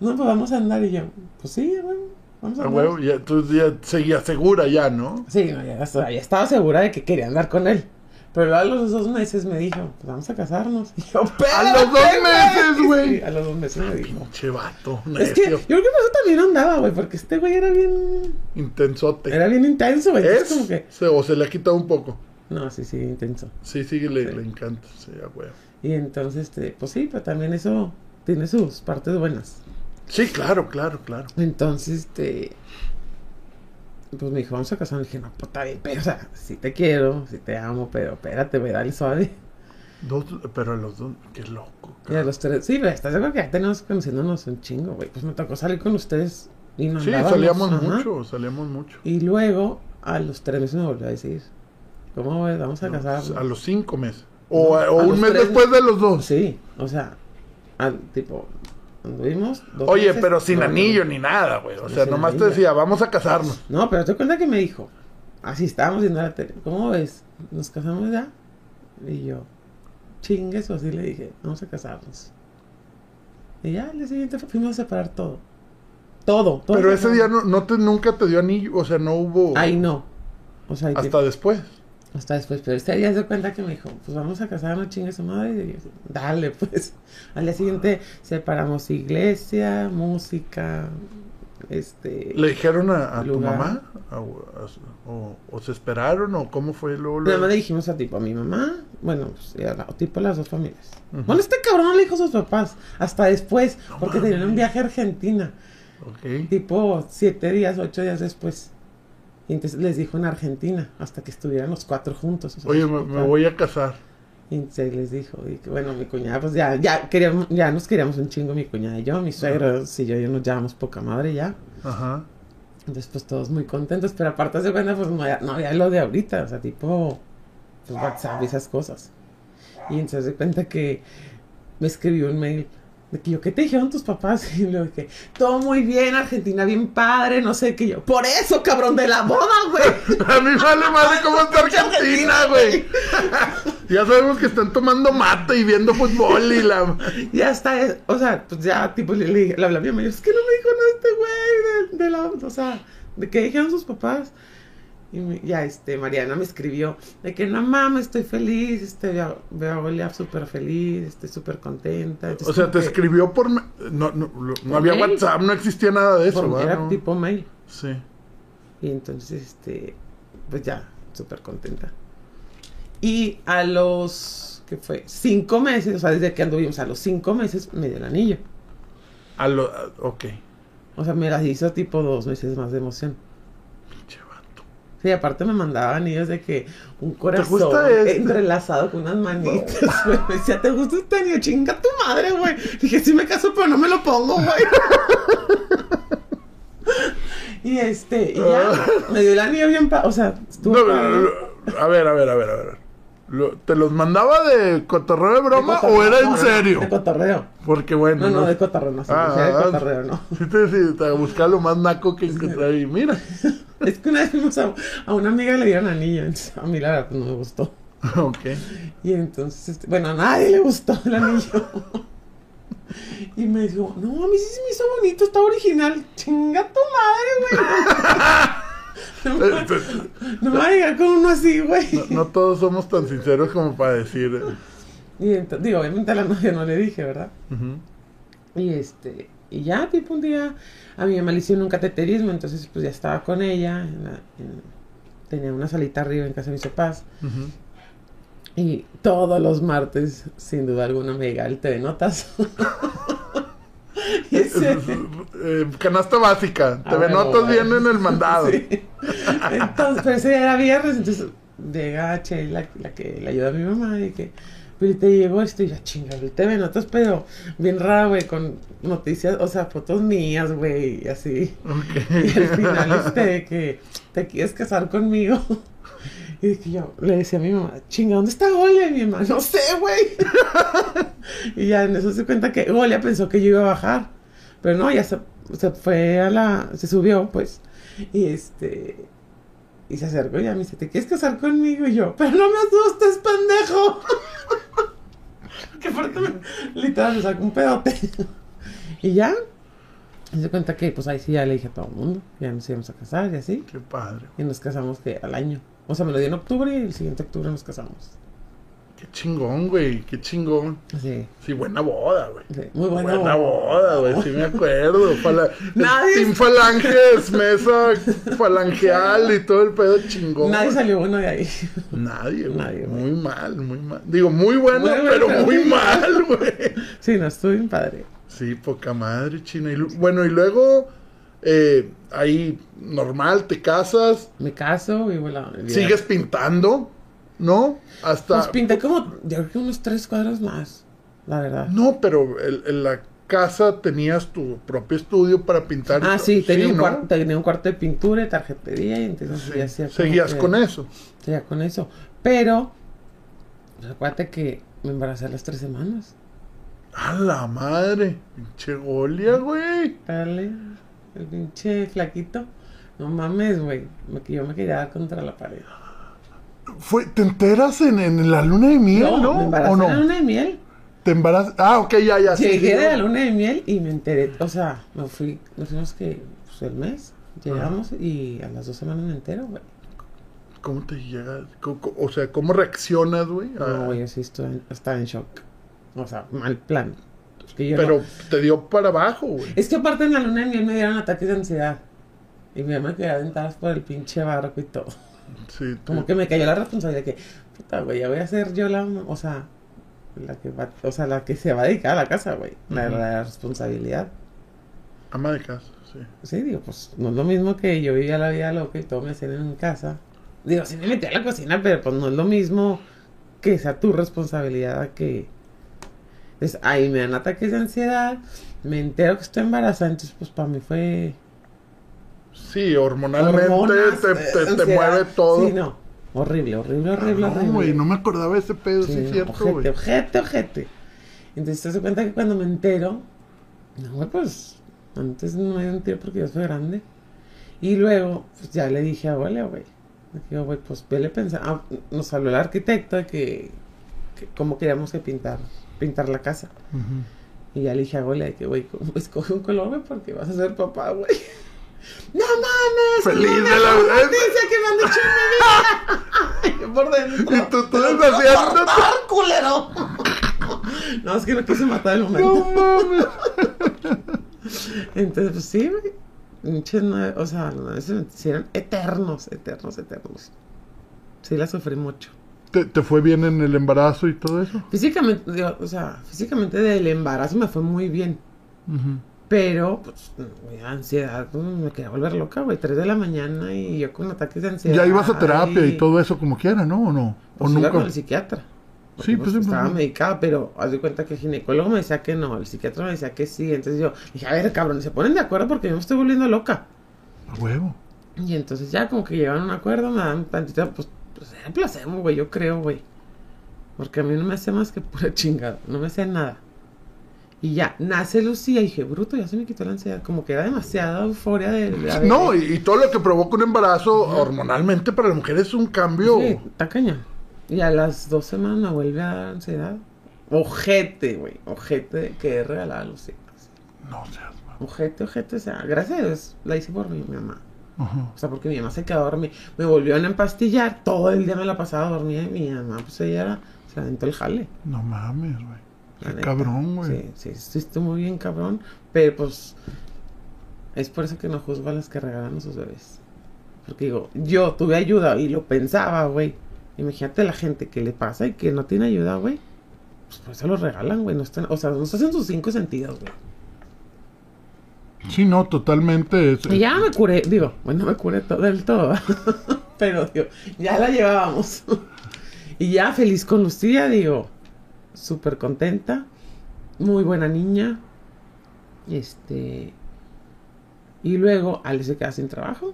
Speaker 2: no, pues vamos a andar. Y yo, pues sí, güey. Vamos a
Speaker 1: A
Speaker 2: andar.
Speaker 1: huevo, ya, tú ya seguías segura ya, ¿no?
Speaker 2: Sí, no, ya, o sea, ya estaba segura de que quería andar con él. Pero luego a los dos meses me dijo, pues vamos a casarnos. Y yo,
Speaker 1: ¡A los dos
Speaker 2: "Espérate,
Speaker 1: meses, güey!
Speaker 2: Sí, a los dos meses me dijo.
Speaker 1: Pinche vato,
Speaker 2: Es que yo
Speaker 1: necio,
Speaker 2: creo que por eso también andaba, güey, porque este güey era bien.
Speaker 1: intensote.
Speaker 2: Era bien intenso, güey.
Speaker 1: ¿Es?
Speaker 2: Es como que.
Speaker 1: Se- o se le ha quitado un poco.
Speaker 2: No, sí, sí, intenso.
Speaker 1: Sí, sí, le,
Speaker 2: Sí.
Speaker 1: le encanta. Sí, a huevo.
Speaker 2: Y entonces, este, pues sí, pero también eso tiene sus partes buenas.
Speaker 1: Sí, claro, claro, claro.
Speaker 2: Entonces, este. Pues me dijo, vamos a casarnos. Y dije, no, pues está bien, pero, o sea, sí te quiero, sí te amo, pero espérate, güey, dale suave.
Speaker 1: Dos, pero a los dos, qué loco.
Speaker 2: Y a
Speaker 1: cabrón.
Speaker 2: los tres, sí, pero estás de acuerdo que ya tenemos conociéndonos un chingo, güey. Pues me tocó salir con ustedes y nos
Speaker 1: Sí,
Speaker 2: andábamos,
Speaker 1: salíamos
Speaker 2: ajá.
Speaker 1: mucho, salíamos mucho.
Speaker 2: Y luego, a los tres meses me volvió a decir, ¿cómo ves? Vamos a
Speaker 1: No,
Speaker 2: casarnos.
Speaker 1: pues, a los cinco meses. O, eh,
Speaker 2: No,
Speaker 1: o
Speaker 2: a los
Speaker 1: un mes
Speaker 2: tres.
Speaker 1: después de los dos.
Speaker 2: Sí, o sea, a- tipo, anduvimos. dos
Speaker 1: Oye,
Speaker 2: meses,
Speaker 1: pero sin
Speaker 2: no,
Speaker 1: anillo
Speaker 2: no.
Speaker 1: ni nada, güey. O sea,
Speaker 2: Sin
Speaker 1: nomás te
Speaker 2: anillo.
Speaker 1: decía, vamos a casarnos.
Speaker 2: No, pero te cuenta que me dijo, así estábamos viendo la tele, ¿cómo ves? ¿Nos casamos ya? Y yo, chingues, o así le dije, vamos a casarnos. Y ya, al día siguiente fuimos a separar todo. Todo, todo.
Speaker 1: Pero ese
Speaker 2: separado.
Speaker 1: día no, no te, nunca te dio anillo, o sea, no hubo
Speaker 2: Ahí no. O sea, que-
Speaker 1: hasta después.
Speaker 2: hasta después. Pero este día se cuenta que me dijo, pues vamos a casarnos, chingue su madre. Y yo, dale, pues. Al día siguiente separamos iglesia, música, este...
Speaker 1: ¿Le dijeron a, a tu
Speaker 2: Lugar.
Speaker 1: mamá? A- a su- o, o se esperaron? ¿O cómo fue luego?
Speaker 2: Nada
Speaker 1: luego?
Speaker 2: más le dijimos a tipo a mi mamá, bueno, pues, y a la- tipo a las dos familias.
Speaker 1: Ujú.
Speaker 2: Bueno, este cabrón no le dijo a sus papás, hasta después,
Speaker 1: No
Speaker 2: porque
Speaker 1: mames.
Speaker 2: tenían un viaje a Argentina,
Speaker 1: Ok.
Speaker 2: tipo siete días, ocho días después. Y entonces les dijo en Argentina, hasta que estuvieran los cuatro juntos. o sea,
Speaker 1: Oye,
Speaker 2: sus
Speaker 1: me, me
Speaker 2: papás.
Speaker 1: voy a casar.
Speaker 2: Y entonces les dijo, y que, bueno, mi cuñada, pues ya, ya, queríamos, ya nos queríamos un chingo, mi cuñada y yo, mi suegro, si yo, yo nos llevamos poca madre ya.
Speaker 1: Ajá.
Speaker 2: Entonces, pues todos muy contentos, pero aparte se cuenta, pues no había, no había lo de ahorita, o sea, tipo pues, WhatsApp y esas cosas. Y entonces se cuenta que me escribió un mail de que yo, ¿qué te dijeron tus papás? Y luego que, todo muy bien, Argentina bien padre, no sé qué yo. Por eso, cabrón, de la boda, güey.
Speaker 1: A mí vale madre cómo está Argentina, güey. ya sabemos que están tomando mate y viendo fútbol y la...
Speaker 2: ya está, es- o sea, pues ya, tipo, le, le, dije- le hablé a mi mamá, yo, es que no me dijo nada este güey, de, de la, o sea, de que dijeron sus papás. Y me- ya, este, Mariana me escribió de que, no mames, estoy feliz, este, veo, veo a este, Olaf súper feliz, estoy súper contenta. Entonces,
Speaker 1: O sea,
Speaker 2: este, como
Speaker 1: te
Speaker 2: que-
Speaker 1: escribió por... me- No, no, lo- no había
Speaker 2: mail.
Speaker 1: WhatsApp, no existía nada de eso,
Speaker 2: como que
Speaker 1: ¿verdad?
Speaker 2: era
Speaker 1: No.
Speaker 2: tipo mail.
Speaker 1: Sí.
Speaker 2: Y entonces, este, pues ya, súper contenta. Y a los, ¿qué fue? Cinco meses, o sea, desde que anduvimos, a los cinco meses me dio el anillo.
Speaker 1: A lo... a- ok.
Speaker 2: O sea, me las hizo tipo dos meses más de emoción.
Speaker 1: Pinche vato.
Speaker 2: Sí, aparte me mandaba anillos de que un corazón
Speaker 1: gusta este?
Speaker 2: entrelazado con unas manitas, güey. Me decía, ¿te gusta este anillo? Chinga tu madre, güey. Dije, sí me caso, pero no me lo pongo, güey. y este, y ya, me dio el anillo bien pa... O sea, estuvo
Speaker 1: Ah. No,
Speaker 2: padre.
Speaker 1: lo- a ver, a ver, a ver, a ver. Lo- ¿Te los mandaba de cotorreo de broma
Speaker 2: De
Speaker 1: o
Speaker 2: cotorreo,
Speaker 1: era en
Speaker 2: no,
Speaker 1: serio?
Speaker 2: De cotorreo.
Speaker 1: Porque bueno...
Speaker 2: No, no, de cotorreo, no. sí,
Speaker 1: Ah,
Speaker 2: decía de
Speaker 1: ah,
Speaker 2: cotorreo, no.
Speaker 1: Sí, te sí, te buscaba lo más naco que encontraba y mira.
Speaker 2: Es que una vez fuimos a, a una amiga y le dieron anillo. entonces, a mí la verdad pues, no me gustó.
Speaker 1: ok. Eh,
Speaker 2: Y entonces, este, bueno, a nadie le gustó el anillo. y me dijo, no, a mí sí se me hizo bonito, está original. Chinga tu madre, güey. no, me- no me va a llegar con uno así, güey.
Speaker 1: No, no todos somos tan sinceros como para decir. eh,
Speaker 2: Y entonces, digo, obviamente a la novia no le dije, ¿verdad?
Speaker 1: ujú.
Speaker 2: Y este, y ya, tipo un día, a mi mamá le hicieron un cateterismo, entonces pues ya estaba con ella. en la- en- tenía una salita arriba en casa de mis papás.
Speaker 1: Ujú.
Speaker 2: Y todos los martes, sin duda alguna, me llegaba el TV Notas. Y ese-
Speaker 1: Es- es- eh, canasta básica.
Speaker 2: Ah,
Speaker 1: Te
Speaker 2: bueno,
Speaker 1: notas
Speaker 2: bueno.
Speaker 1: bien en el mandado.
Speaker 2: Sí. Entonces, pero ese día era viernes, entonces llega Sheila, la que le ayuda a mi mamá, y que, pero te llegó esto, y yo, "Ah, chinga, el TV Notas, pero bien raro, güey, con noticias, o sea, fotos mías, güey, y así. Y al final, este, de que te quieres casar conmigo. Y de que yo le decía a mi mamá, chinga, ¿dónde está Golia? Y mi mamá, no sé, güey. y ya en eso se cuenta que Golia pensó que yo iba a bajar. Pero no, ya se, se fue a la. Se subió, pues. Y este. Y se acercó y ya me dice, ¿te quieres casar conmigo? Y yo, pero no me asustes, pendejo. que aparte, me- literal, me sacó un pedote. y ya. Me di cuenta que, pues ahí sí ya le dije a todo el mundo, ya nos íbamos a casar y así.
Speaker 1: Qué padre.
Speaker 2: Y nos casamos que al año. O sea, me lo dio en octubre y el siguiente octubre nos casamos.
Speaker 1: Qué chingón, güey. Qué chingón.
Speaker 2: Sí.
Speaker 1: Sí, buena boda, güey.
Speaker 2: sí. Muy bueno.
Speaker 1: Buena, boda, güey. Sí, me acuerdo. Fala...
Speaker 2: Nadie-
Speaker 1: Team Falanges, mesa falangeal y todo el pedo chingón.
Speaker 2: Nadie salió bueno de ahí.
Speaker 1: Nadie, güey.
Speaker 2: Nadie, güey.
Speaker 1: muy mal, muy mal. Digo, muy bueno,
Speaker 2: Muy bueno,
Speaker 1: pero
Speaker 2: pero-
Speaker 1: muy mal, güey.
Speaker 2: Sí, no, estuvo bien padre.
Speaker 1: Sí, poca madre, China. Y lu- bueno, y luego, eh, ahí, normal, te casas,
Speaker 2: Me caso, vivo la. vida.
Speaker 1: sigues pintando, ¿no? Hasta...
Speaker 2: Pues pinté como, yo creo que unos tres cuadros más, la verdad.
Speaker 1: no, pero el- en la casa tenías tu propio estudio para pintar. y
Speaker 2: ah,
Speaker 1: todo.
Speaker 2: sí, tenía, un
Speaker 1: ¿no?
Speaker 2: cuar- tenía un cuarto de pintura y tarjetería y entonces
Speaker 1: Sí.
Speaker 2: ya hacía como
Speaker 1: Seguías
Speaker 2: que-
Speaker 1: con eso.
Speaker 2: Seguía con eso. Pero, pues, acuérdate que me embaracé a las tres semanas.
Speaker 1: A la madre, pinche golia, güey.
Speaker 2: Dale, el pinche flaquito. No mames, güey. me- que Yo me quería dar contra la pared.
Speaker 1: Fue, ¿Te enteras en, en la luna de miel, no?
Speaker 2: me embaracé
Speaker 1: ¿O no?
Speaker 2: en la luna de miel.
Speaker 1: ¿Te embarazas? Ah, ok, ya, ya. sí, sí,
Speaker 2: Llegué de
Speaker 1: no.
Speaker 2: la luna de miel y me enteré. O sea, me fui, nos fuimos que pues, el mes. Llegamos y a las dos semanas me entero, güey.
Speaker 1: ¿Cómo te llega? Co- co- O sea, ¿cómo reaccionas, güey?
Speaker 2: No,
Speaker 1: Ah,
Speaker 2: güey, yo sí estuve en- estaba en shock. O sea, mal plan. Es que yo
Speaker 1: pero
Speaker 2: no-
Speaker 1: te dio para abajo, güey.
Speaker 2: Es que aparte en la luna de miel me dieron ataques de ansiedad. Y mi mamá me quedé aventadas por el pinche barco y todo.
Speaker 1: Sí, te-
Speaker 2: Como que me cayó la responsabilidad de que, puta, güey, ya voy a ser yo la, o sea, la que va, o sea, la que se va a dedicar a la casa, güey. La,
Speaker 1: Ujú.
Speaker 2: la responsabilidad.
Speaker 1: ama de casa, sí.
Speaker 2: Sí, digo, pues no es lo mismo que yo vivía la vida loca y todo me hacían en mi casa. Digo, sí me metí a la cocina, pero pues no es lo mismo que sea tu responsabilidad a que... Entonces, ahí me dan ataques de ansiedad, me entero que estoy embarazada, entonces pues para mí fue...
Speaker 1: Sí, hormonalmente
Speaker 2: hormonas,
Speaker 1: te,
Speaker 2: eh,
Speaker 1: te- te
Speaker 2: ansiedad.
Speaker 1: mueve todo.
Speaker 2: Sí, no. Horrible, horrible, horrible,
Speaker 1: Ah, no,
Speaker 2: horrible.
Speaker 1: güey, no me acordaba de ese pedo, sí,
Speaker 2: Sí,
Speaker 1: es
Speaker 2: no,
Speaker 1: cierto,
Speaker 2: ojete,
Speaker 1: güey.
Speaker 2: ojete, ojete. Entonces te das cuenta que cuando me entero, no, güey, pues antes no me entero porque yo soy grande. Y luego, pues ya le dije a abuela, güey. Le Digo, güey, pues vele pensar. Ah, nos habló el arquitecto de que, que cómo queríamos que pintar, pintar la casa.
Speaker 1: Ujú.
Speaker 2: Y ya le dije a abuela de que, güey, ¿cómo escoge un color, güey, porque vas a ser papá, güey. ¡No mames!
Speaker 1: Feliz
Speaker 2: ¡No
Speaker 1: de la-
Speaker 2: mames! ¡Dice que me han dicho en mi vida! Y yo por dentro.
Speaker 1: Y tú, tú
Speaker 2: ¡Te lo
Speaker 1: estás
Speaker 2: quiero
Speaker 1: haciendo-
Speaker 2: cortar, culero! No, es que no quise matar el
Speaker 1: No
Speaker 2: momento.
Speaker 1: mames.
Speaker 2: Entonces, pues sí, güey. Pinches nueve- O sea, los nueve se me hicieron eternos, eternos, eternos. Sí, la sufrí mucho.
Speaker 1: ¿Te, te fue bien en el embarazo y todo eso?
Speaker 2: Físicamente, digo, o sea, físicamente del embarazo me fue muy bien.
Speaker 1: Ujú.
Speaker 2: Pero, pues, me da ansiedad, pues, me quería volver loca, güey. 3 de la mañana y yo con ataques de ansiedad.
Speaker 1: Ya ibas a terapia y todo eso como quiera, ¿no? ¿O no? ¿O
Speaker 2: Pues, iba
Speaker 1: nunca?
Speaker 2: con el psiquiatra.
Speaker 1: Sí, pues, siempre-
Speaker 2: Estaba medicada, pero haz de cuenta que el ginecólogo me decía que no, el psiquiatra me decía que sí. Entonces yo dije, a ver, cabrón, se ponen de acuerdo porque yo me estoy volviendo loca.
Speaker 1: A huevo.
Speaker 2: Y entonces ya como que llegaron a un acuerdo, me dan tantita, pues, pues era placebo, güey, yo creo, güey. Porque a mí no me hace más que pura chingada, no me hacía nada. Y ya, nace Lucía, y dije, bruto, ya se me quitó la ansiedad. Como que era demasiada euforia de... la bebé.
Speaker 1: No, y, y todo lo que provoca un embarazo hormonalmente para la mujer es un cambio.
Speaker 2: Sí, está cañón. Y a las dos semanas me vuelve a dar ansiedad. Ojete, güey, ojete que regalaba a Lucía.
Speaker 1: No seas mal.
Speaker 2: Ojete, ojete, o sea, gracias a Dios la hice por mi mamá.
Speaker 1: Ajá.
Speaker 2: O sea, porque mi mamá se quedó a dormir. Me volvieron a empastillar. Todo el día me la pasaba dormida. Y mi mamá, pues ella era, se aventó el jale.
Speaker 1: No mames, güey.
Speaker 2: la
Speaker 1: Qué
Speaker 2: neta.
Speaker 1: cabrón, güey.
Speaker 2: Sí, sí, sí, estuvo muy bien cabrón. Pero pues, es por eso que no juzgo a las que regalan a sus bebés. Porque digo, yo tuve ayuda y lo pensaba, güey. Imagínate la gente que le pasa y que no tiene ayuda, güey. Pues por eso lo regalan, güey. No están, o sea, nos hacen sus cinco sentidos, güey.
Speaker 1: Sí, no, totalmente. es-
Speaker 2: Y ya me curé, digo, bueno, me curé todo, del todo, pero digo, ya la llevábamos. y ya feliz con Lucía, digo, súper contenta, muy buena niña. Este. Y luego Ale se queda sin trabajo.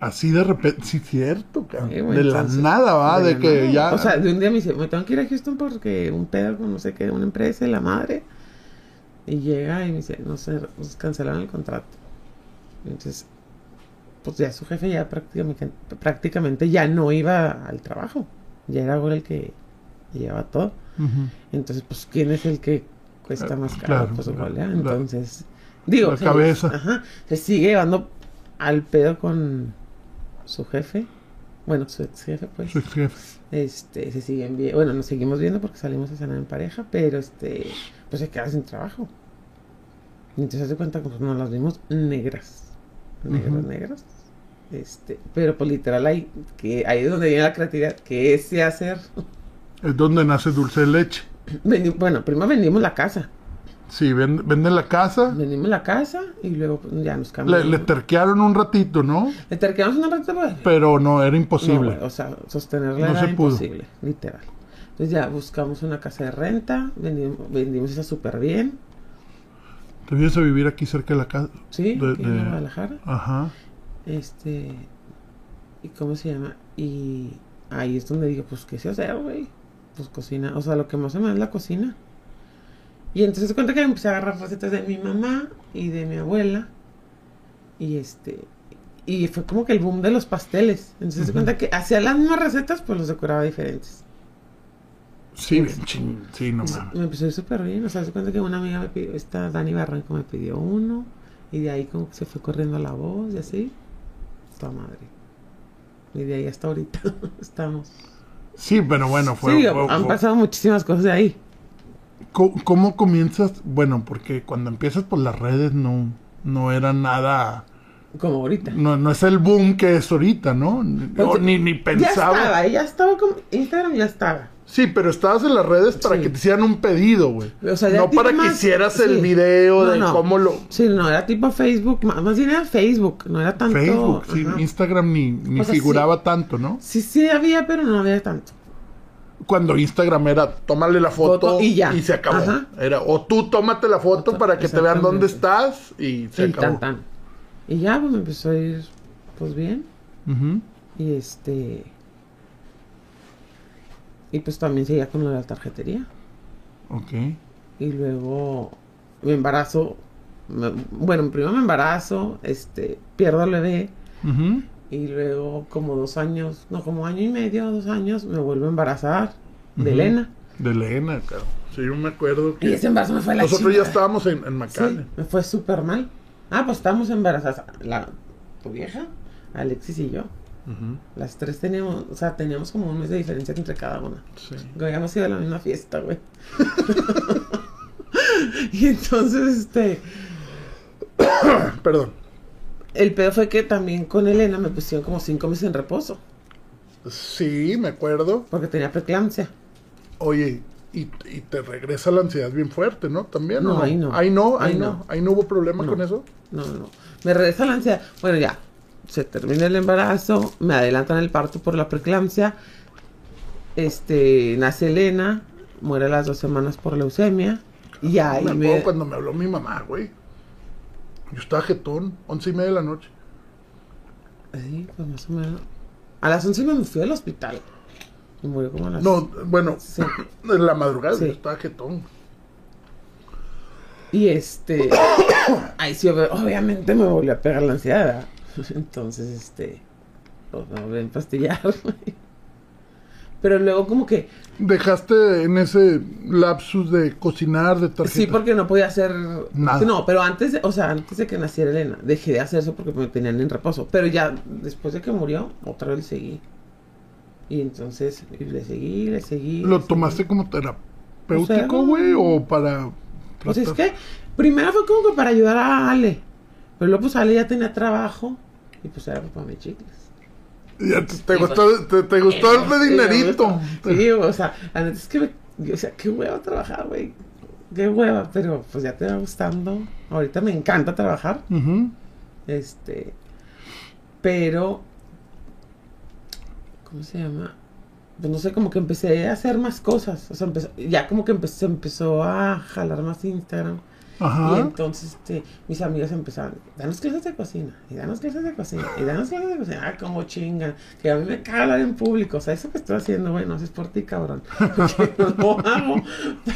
Speaker 1: Así de repente, sí, cierto, cabrón.
Speaker 2: Sí, güey,
Speaker 1: de la
Speaker 2: entonces,
Speaker 1: nada, va, Ah, de,
Speaker 2: la
Speaker 1: que
Speaker 2: nada.
Speaker 1: ya.
Speaker 2: O sea, de un día me dice, me tengo que ir a Houston porque un pedo con no sé qué, una empresa y la madre. Y llega y me dice, no sé, nos cancelaron el contrato. Entonces, pues ya su jefe ya prácticamente, prácticamente ya no iba al trabajo. Ya era ahora el que llevaba todo.
Speaker 1: Ujú.
Speaker 2: Entonces, pues, ¿quién es el que cuesta más caro?
Speaker 1: Claro,
Speaker 2: pues
Speaker 1: Ah, claro,
Speaker 2: igual, ¿ya?
Speaker 1: claro.
Speaker 2: Entonces, Digo,
Speaker 1: La
Speaker 2: se-
Speaker 1: cabeza.
Speaker 2: ajá, se sigue llevando al pedo con su jefe. Bueno, su ex jefe, pues.
Speaker 1: Su ex jefe.
Speaker 2: Este, se siguen vi- Bueno, nos seguimos viendo porque salimos a cenar en pareja, pero este, pues se quedan sin trabajo. Y Entonces se cuenta que nos las vimos negras. Negras,
Speaker 1: Ujú.
Speaker 2: negras. Este, pero pues literal ahí, que ahí es donde viene la creatividad, que ese hacer.
Speaker 1: Es donde nace Dulce de Leche.
Speaker 2: Vendi- bueno, primero vendimos la casa.
Speaker 1: Sí, ven- venden la casa.
Speaker 2: Vendimos la casa y luego pues, ya nos
Speaker 1: Le,
Speaker 2: cambiamos.
Speaker 1: le terquearon un ratito, ¿no?
Speaker 2: Le terqueamos una recta, pues,
Speaker 1: Pero no, era
Speaker 2: No,
Speaker 1: imposible.
Speaker 2: güey, o sea, sostenerla
Speaker 1: No
Speaker 2: era
Speaker 1: se pudo.
Speaker 2: imposible, literal. Entonces ya buscamos una casa de renta, vendimos, vendimos esa súper bien,
Speaker 1: Te vienes a vivir aquí cerca de la casa.
Speaker 2: ¿sí?
Speaker 1: De-
Speaker 2: Aquí en
Speaker 1: de-
Speaker 2: Guadalajara.
Speaker 1: Ajá.
Speaker 2: Este, ¿y cómo se llama? Y ahí es donde digo, pues, ¿qué sé hacer, güey? Pues cocina, o sea, lo que más se me da es la cocina. Y entonces se cuenta que empecé a agarrar recetas de mi mamá y de mi abuela. Y este, y fue como que el boom de los pasteles. Entonces se cuenta que hacía las mismas recetas, pues los decoraba diferentes.
Speaker 1: Sí, bien ching. Sí, no mames.
Speaker 2: Me empezó a ir súper bien. O sea, se cuenta que una amiga me pidió, esta Dani Barranco me pidió uno. Y de ahí como que se fue corriendo la voz y así. Toda madre. Y de ahí hasta ahorita estamos.
Speaker 1: Sí, pero bueno, fue.
Speaker 2: sí, digo,
Speaker 1: fue-
Speaker 2: han
Speaker 1: fue-
Speaker 2: pasado muchísimas cosas de ahí.
Speaker 1: Co- ¿Cómo, comienzas? Bueno, porque cuando empiezas por las redes no, no era nada.
Speaker 2: Como ahorita.
Speaker 1: No, no es el boom que es ahorita, ¿no? Ni-
Speaker 2: Pues,
Speaker 1: o ni, ni pensaba.
Speaker 2: Ya estaba, ¿eh? ya estaba como... Instagram ya estaba.
Speaker 1: Sí, pero estabas en las redes para
Speaker 2: Sí.
Speaker 1: que te hicieran un pedido, güey.
Speaker 2: O sea, ya
Speaker 1: no
Speaker 2: tiene
Speaker 1: para que
Speaker 2: más-
Speaker 1: hicieras el
Speaker 2: sí.
Speaker 1: video
Speaker 2: No,
Speaker 1: de
Speaker 2: no.
Speaker 1: cómo lo.
Speaker 2: Sí, no, era tipo Facebook. Más, más bien era Facebook. No era tanto...
Speaker 1: Facebook, sí,
Speaker 2: ajá.
Speaker 1: Instagram ni, ni
Speaker 2: O sea,
Speaker 1: figuraba tanto, ¿no?
Speaker 2: Sí, sí había, pero no había tanto.
Speaker 1: Cuando Instagram era tómale la foto,
Speaker 2: Foto y ya.
Speaker 1: se acabó.
Speaker 2: Ajá.
Speaker 1: Era o tú tómate la foto
Speaker 2: Foto,
Speaker 1: para que te vean dónde
Speaker 2: exactamente.
Speaker 1: estás y se
Speaker 2: Sí,
Speaker 1: acabó.
Speaker 2: tan, tan. Y ya, pues, me empezó a ir, pues, bien.
Speaker 1: Ujú.
Speaker 2: Y este. Y pues también seguía con lo de la tarjetería.
Speaker 1: Ok.
Speaker 2: Y luego me embarazo. me- bueno, primero me embarazo, este, pierdo el bebé.
Speaker 1: Ujú.
Speaker 2: Y luego, como dos años, no, como año y medio, dos años, me vuelvo a embarazar de
Speaker 1: Ujú.
Speaker 2: Elena.
Speaker 1: De Elena, claro. Sí, yo me acuerdo
Speaker 2: Y
Speaker 1: que
Speaker 2: ese embarazo me fue a la
Speaker 1: nosotros ya
Speaker 2: chingada.
Speaker 1: estábamos en, en
Speaker 2: Sí,
Speaker 1: Macale.
Speaker 2: me fue súper mal. Ah, pues estábamos embarazadas. La, tu vieja, Alexis y yo.
Speaker 1: Ujú,
Speaker 2: Las tres teníamos, o sea, teníamos como un mes de diferencia entre cada una.
Speaker 1: sí.
Speaker 2: Güey, Habíamos ido a la misma fiesta, güey. y entonces, este,
Speaker 1: Perdón.
Speaker 2: el pedo fue que también con Elena me pusieron como cinco meses en reposo,
Speaker 1: Sí, me acuerdo.
Speaker 2: porque tenía preeclampsia.
Speaker 1: Oye, y, y te regresa la ansiedad bien fuerte, ¿no? También.
Speaker 2: No,
Speaker 1: ¿o
Speaker 2: ahí no.
Speaker 1: Ahí no, ahí,
Speaker 2: Ahí
Speaker 1: no.
Speaker 2: no.
Speaker 1: Ahí no hubo problema
Speaker 2: No.
Speaker 1: con eso.
Speaker 2: No, no, no. Me regresa la ansiedad. Bueno, ya, se termina el embarazo, me adelantan el parto por la preeclampsia. Este, nace Elena, muere a las dos semanas por leucemia. Y ahí
Speaker 1: me
Speaker 2: me...
Speaker 1: acuerdo cuando me habló mi mamá, güey. Yo estaba jetón, once y media de la noche.
Speaker 2: Sí, pues más o menos. A las 11 me fui al hospital. Y murió como a las...
Speaker 1: No, bueno,
Speaker 2: Ah, Sí.
Speaker 1: en la madrugada
Speaker 2: Sí.
Speaker 1: yo estaba jetón.
Speaker 2: Y este. ahí sí, ob- obviamente me volvió a pegar la ansiedad. ¿verdad? Entonces, este. Pues me volví a empastillar. güey. Pero luego, como que.
Speaker 1: Dejaste en ese lapsus de cocinar, de tarjeta.
Speaker 2: Sí, porque no podía hacer.
Speaker 1: Nada.
Speaker 2: No, pero antes, de- o sea, antes de que naciera Elena, dejé de hacer eso porque me tenían en reposo. Pero ya después de que murió, otra vez seguí. Y entonces, y le seguí, le seguí.
Speaker 1: ¿Lo
Speaker 2: le
Speaker 1: tomaste
Speaker 2: seguí.
Speaker 1: como terapéutico,
Speaker 2: no.
Speaker 1: güey? ¿O para.?
Speaker 2: Pues es
Speaker 1: tratar?
Speaker 2: que primero fue como que para ayudar a Ale. Pero luego pues Ale ya tenía trabajo. Y pues era para mis chicles.
Speaker 1: Ya te, te gustó, te, te gustó el de
Speaker 2: Eh, Sí, me
Speaker 1: dinerito.
Speaker 2: gusta. Sí, o sea, la neta es que, me- yo, o sea, qué hueva trabajar, güey. Qué hueva, pero pues ya te va gustando. Ahorita me encanta trabajar.
Speaker 1: Ujú.
Speaker 2: Este, pero, ¿cómo se llama? Pues no sé, como que empecé a hacer más cosas. O sea, empezó- ya como que empe- se empezó a jalar más Instagram. Y
Speaker 1: Ajá.
Speaker 2: entonces este, mis amigas empezaban, danos clases de cocina, y danos clases de cocina, y danos clases de cocina. Ah, como chingan, que a mí me caga hablar en público. O sea, eso que estoy haciendo, bueno, es por ti, cabrón. Porque no lo hago.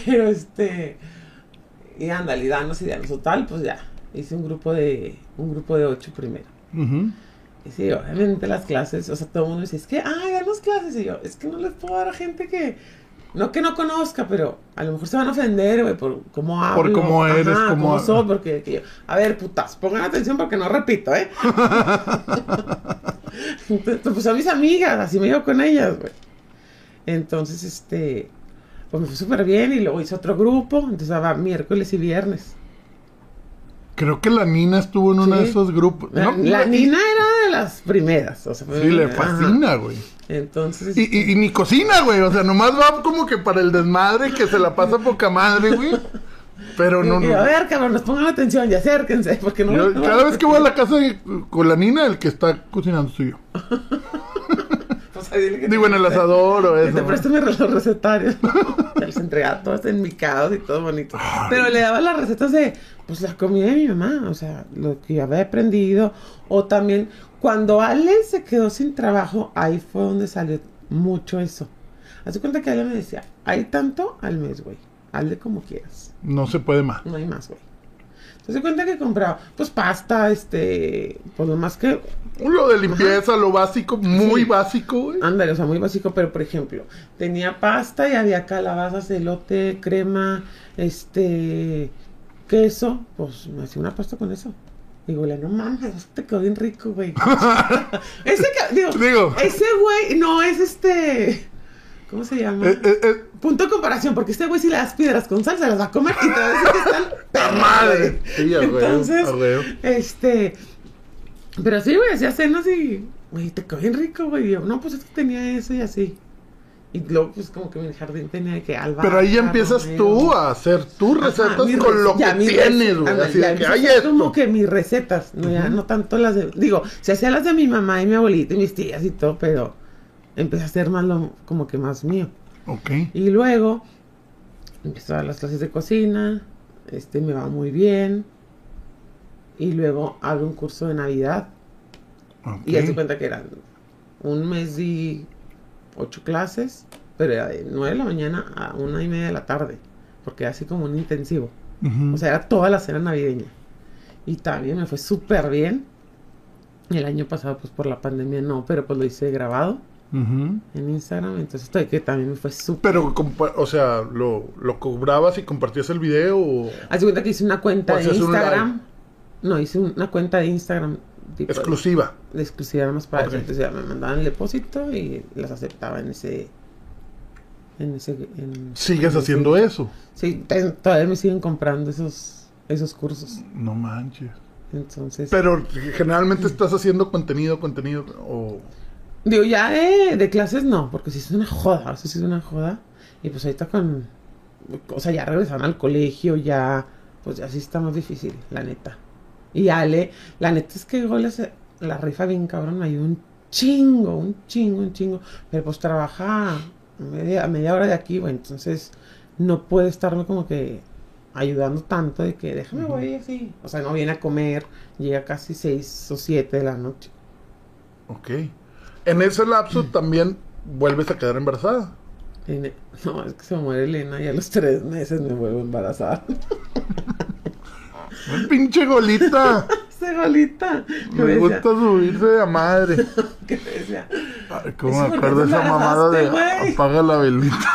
Speaker 2: Pero este, y ándale, y danos y danos. Total, pues ya, hice un grupo de, un grupo de ocho primero.
Speaker 1: Ujú.
Speaker 2: Y sí, obviamente las clases, o sea, todo el mundo me dice, es que, ay, danos clases. Y yo, es que no les puedo dar a gente que, No que no conozca, pero a lo mejor se van a ofender, güey, por cómo hablo.
Speaker 1: Por cómo eres, cómo
Speaker 2: ajá, cómo
Speaker 1: hablas.
Speaker 2: soy, porque... que yo- A ver, putas, pongan atención porque no repito, ¿eh? Entonces, pues a mis amigas, así me llevo con ellas, güey. Entonces, este... Pues me fue súper bien y luego hice otro grupo. Entonces, va miércoles y viernes.
Speaker 1: Creo que la Nina estuvo en uno
Speaker 2: Sí.
Speaker 1: de esos grupos.
Speaker 2: La,
Speaker 1: No,
Speaker 2: la
Speaker 1: le-
Speaker 2: Nina era de las primeras. O sea, fue
Speaker 1: Sí, le
Speaker 2: una-
Speaker 1: fascina, güey.
Speaker 2: ajá. Entonces,
Speaker 1: Y, y- y ni cocina, güey. O sea, nomás va como que para el desmadre que se la pasa poca madre, güey. Pero
Speaker 2: digo
Speaker 1: no,
Speaker 2: que, a
Speaker 1: no.
Speaker 2: ver, cabrón, nos pongan atención y acérquense, porque no...
Speaker 1: Yo,
Speaker 2: no-
Speaker 1: cada vez que voy a la casa de- con la Nina, el que está cocinando soy yo.
Speaker 2: O sea, dile que
Speaker 1: Digo,
Speaker 2: te-
Speaker 1: en el asador o
Speaker 2: Que
Speaker 1: eso.
Speaker 2: te
Speaker 1: ¿no?
Speaker 2: presto mis re- los recetarios. Ya les entregaba todos enmicados y todo bonito. Pero le daba las recetas de, pues, la comida de mi mamá. O sea, lo que yo había aprendido. O también, cuando Ale se quedó sin trabajo, ahí fue donde salió mucho eso. Hace cuenta que Ale me decía, hay tanto al mes, güey. Hazle como quieras.
Speaker 1: No se puede más.
Speaker 2: No hay más, güey. Entonces, se cuenta que compraba, pues, pasta, este... Pues, lo más que
Speaker 1: Lo de limpieza, lo básico, muy
Speaker 2: Sí. Ah,
Speaker 1: básico, güey.
Speaker 2: Ándale, o sea, muy básico, pero por ejemplo, tenía pasta y había calabazas, elote, crema, este, queso, pues me hacía una pasta con eso. Digo, le no mames, eso te quedó bien rico, güey. ese, ca- digo,
Speaker 1: Digo.
Speaker 2: ese güey no es este, ¿cómo se llama?
Speaker 1: Eh, eh, eh,
Speaker 2: Punto de comparación, porque este güey si le das piedras con sal, se las va a comer y te va a decir que están perras,
Speaker 1: madre!
Speaker 2: güey.
Speaker 1: Sí, a huevo,
Speaker 2: Entonces,
Speaker 1: a huevo.
Speaker 2: este. Pero sí, güey, hacía cenas y. Güey, te quedó bien rico, güey. Y yo, no, pues es que tenía eso y así. Y luego, pues como que mi jardín tenía que alba.
Speaker 1: pero ahí ya
Speaker 2: Ah,
Speaker 1: empiezas tú a hacer tus recetas con lo que tienes, güey. Así de que hay esto.
Speaker 2: Como que mis recetas, no, ya, no tanto las de. Digo, se hacía las de mi mamá y mi abuelita y mis tías y todo, pero empecé a hacer más lo, como que más mío.
Speaker 1: Ok.
Speaker 2: Y luego empezó a dar las clases de cocina, este me va muy bien. Y luego hago un curso de Navidad.
Speaker 1: ok.
Speaker 2: Y hace cuenta que eran un mes y ocho clases, pero era de nueve de la mañana a una y media de la tarde, porque era así como un intensivo.
Speaker 1: Ujú.
Speaker 2: O sea, era toda la cena navideña. Y también me fue súper bien. Y el año pasado, pues por la pandemia no, pero pues lo hice grabado
Speaker 1: Ujú.
Speaker 2: en Instagram. Entonces, estoy que también me fue súper
Speaker 1: Pero, compa- o sea, lo, lo cobrabas y compartías el video. o-
Speaker 2: Haz de cuenta que hice una cuenta
Speaker 1: O
Speaker 2: de
Speaker 1: sea, es un
Speaker 2: Instagram. No, hice una cuenta de Instagram. tipo,
Speaker 1: Exclusiva.
Speaker 2: De exclusiva nada más para
Speaker 1: Ok.
Speaker 2: eso. Entonces ya me mandaban el depósito y las aceptaba en ese. En ese. en-
Speaker 1: Sigues haciendo eso.
Speaker 2: Sí, te- todavía me siguen comprando esos, esos cursos.
Speaker 1: No manches.
Speaker 2: Entonces.
Speaker 1: Pero generalmente estás haciendo contenido, contenido. O...
Speaker 2: Digo, ya de, de clases no, porque si es una joda, eso sí es una joda. Y pues ahorita con. O sea, ya regresaron al colegio, ya. Pues así está más difícil, la neta. Y Ale, la neta es que goles eh, la rifa bien cabrón, me ayudó un chingo, un chingo, un chingo. Pero pues trabaja a media, a media hora de aquí, güey, entonces no puede estarme como que ayudando tanto de que déjame, güey, así. O sea, no viene a comer, llega casi seis o siete de la noche.
Speaker 1: Ok. En ese lapso también vuelves a quedar embarazada.
Speaker 2: Ene- No, es que se muere Elena y a los tres meses me vuelvo a embarazar.
Speaker 1: Pinche golita.
Speaker 2: Se golita. Que
Speaker 1: Me gusta subirse de a madre.
Speaker 2: que me decía,
Speaker 1: Ay,
Speaker 2: Eso
Speaker 1: ¿Cómo me
Speaker 2: porque
Speaker 1: acuerdo de
Speaker 2: te
Speaker 1: esa mamada de
Speaker 2: embarazaste, güey.
Speaker 1: apaga la velita?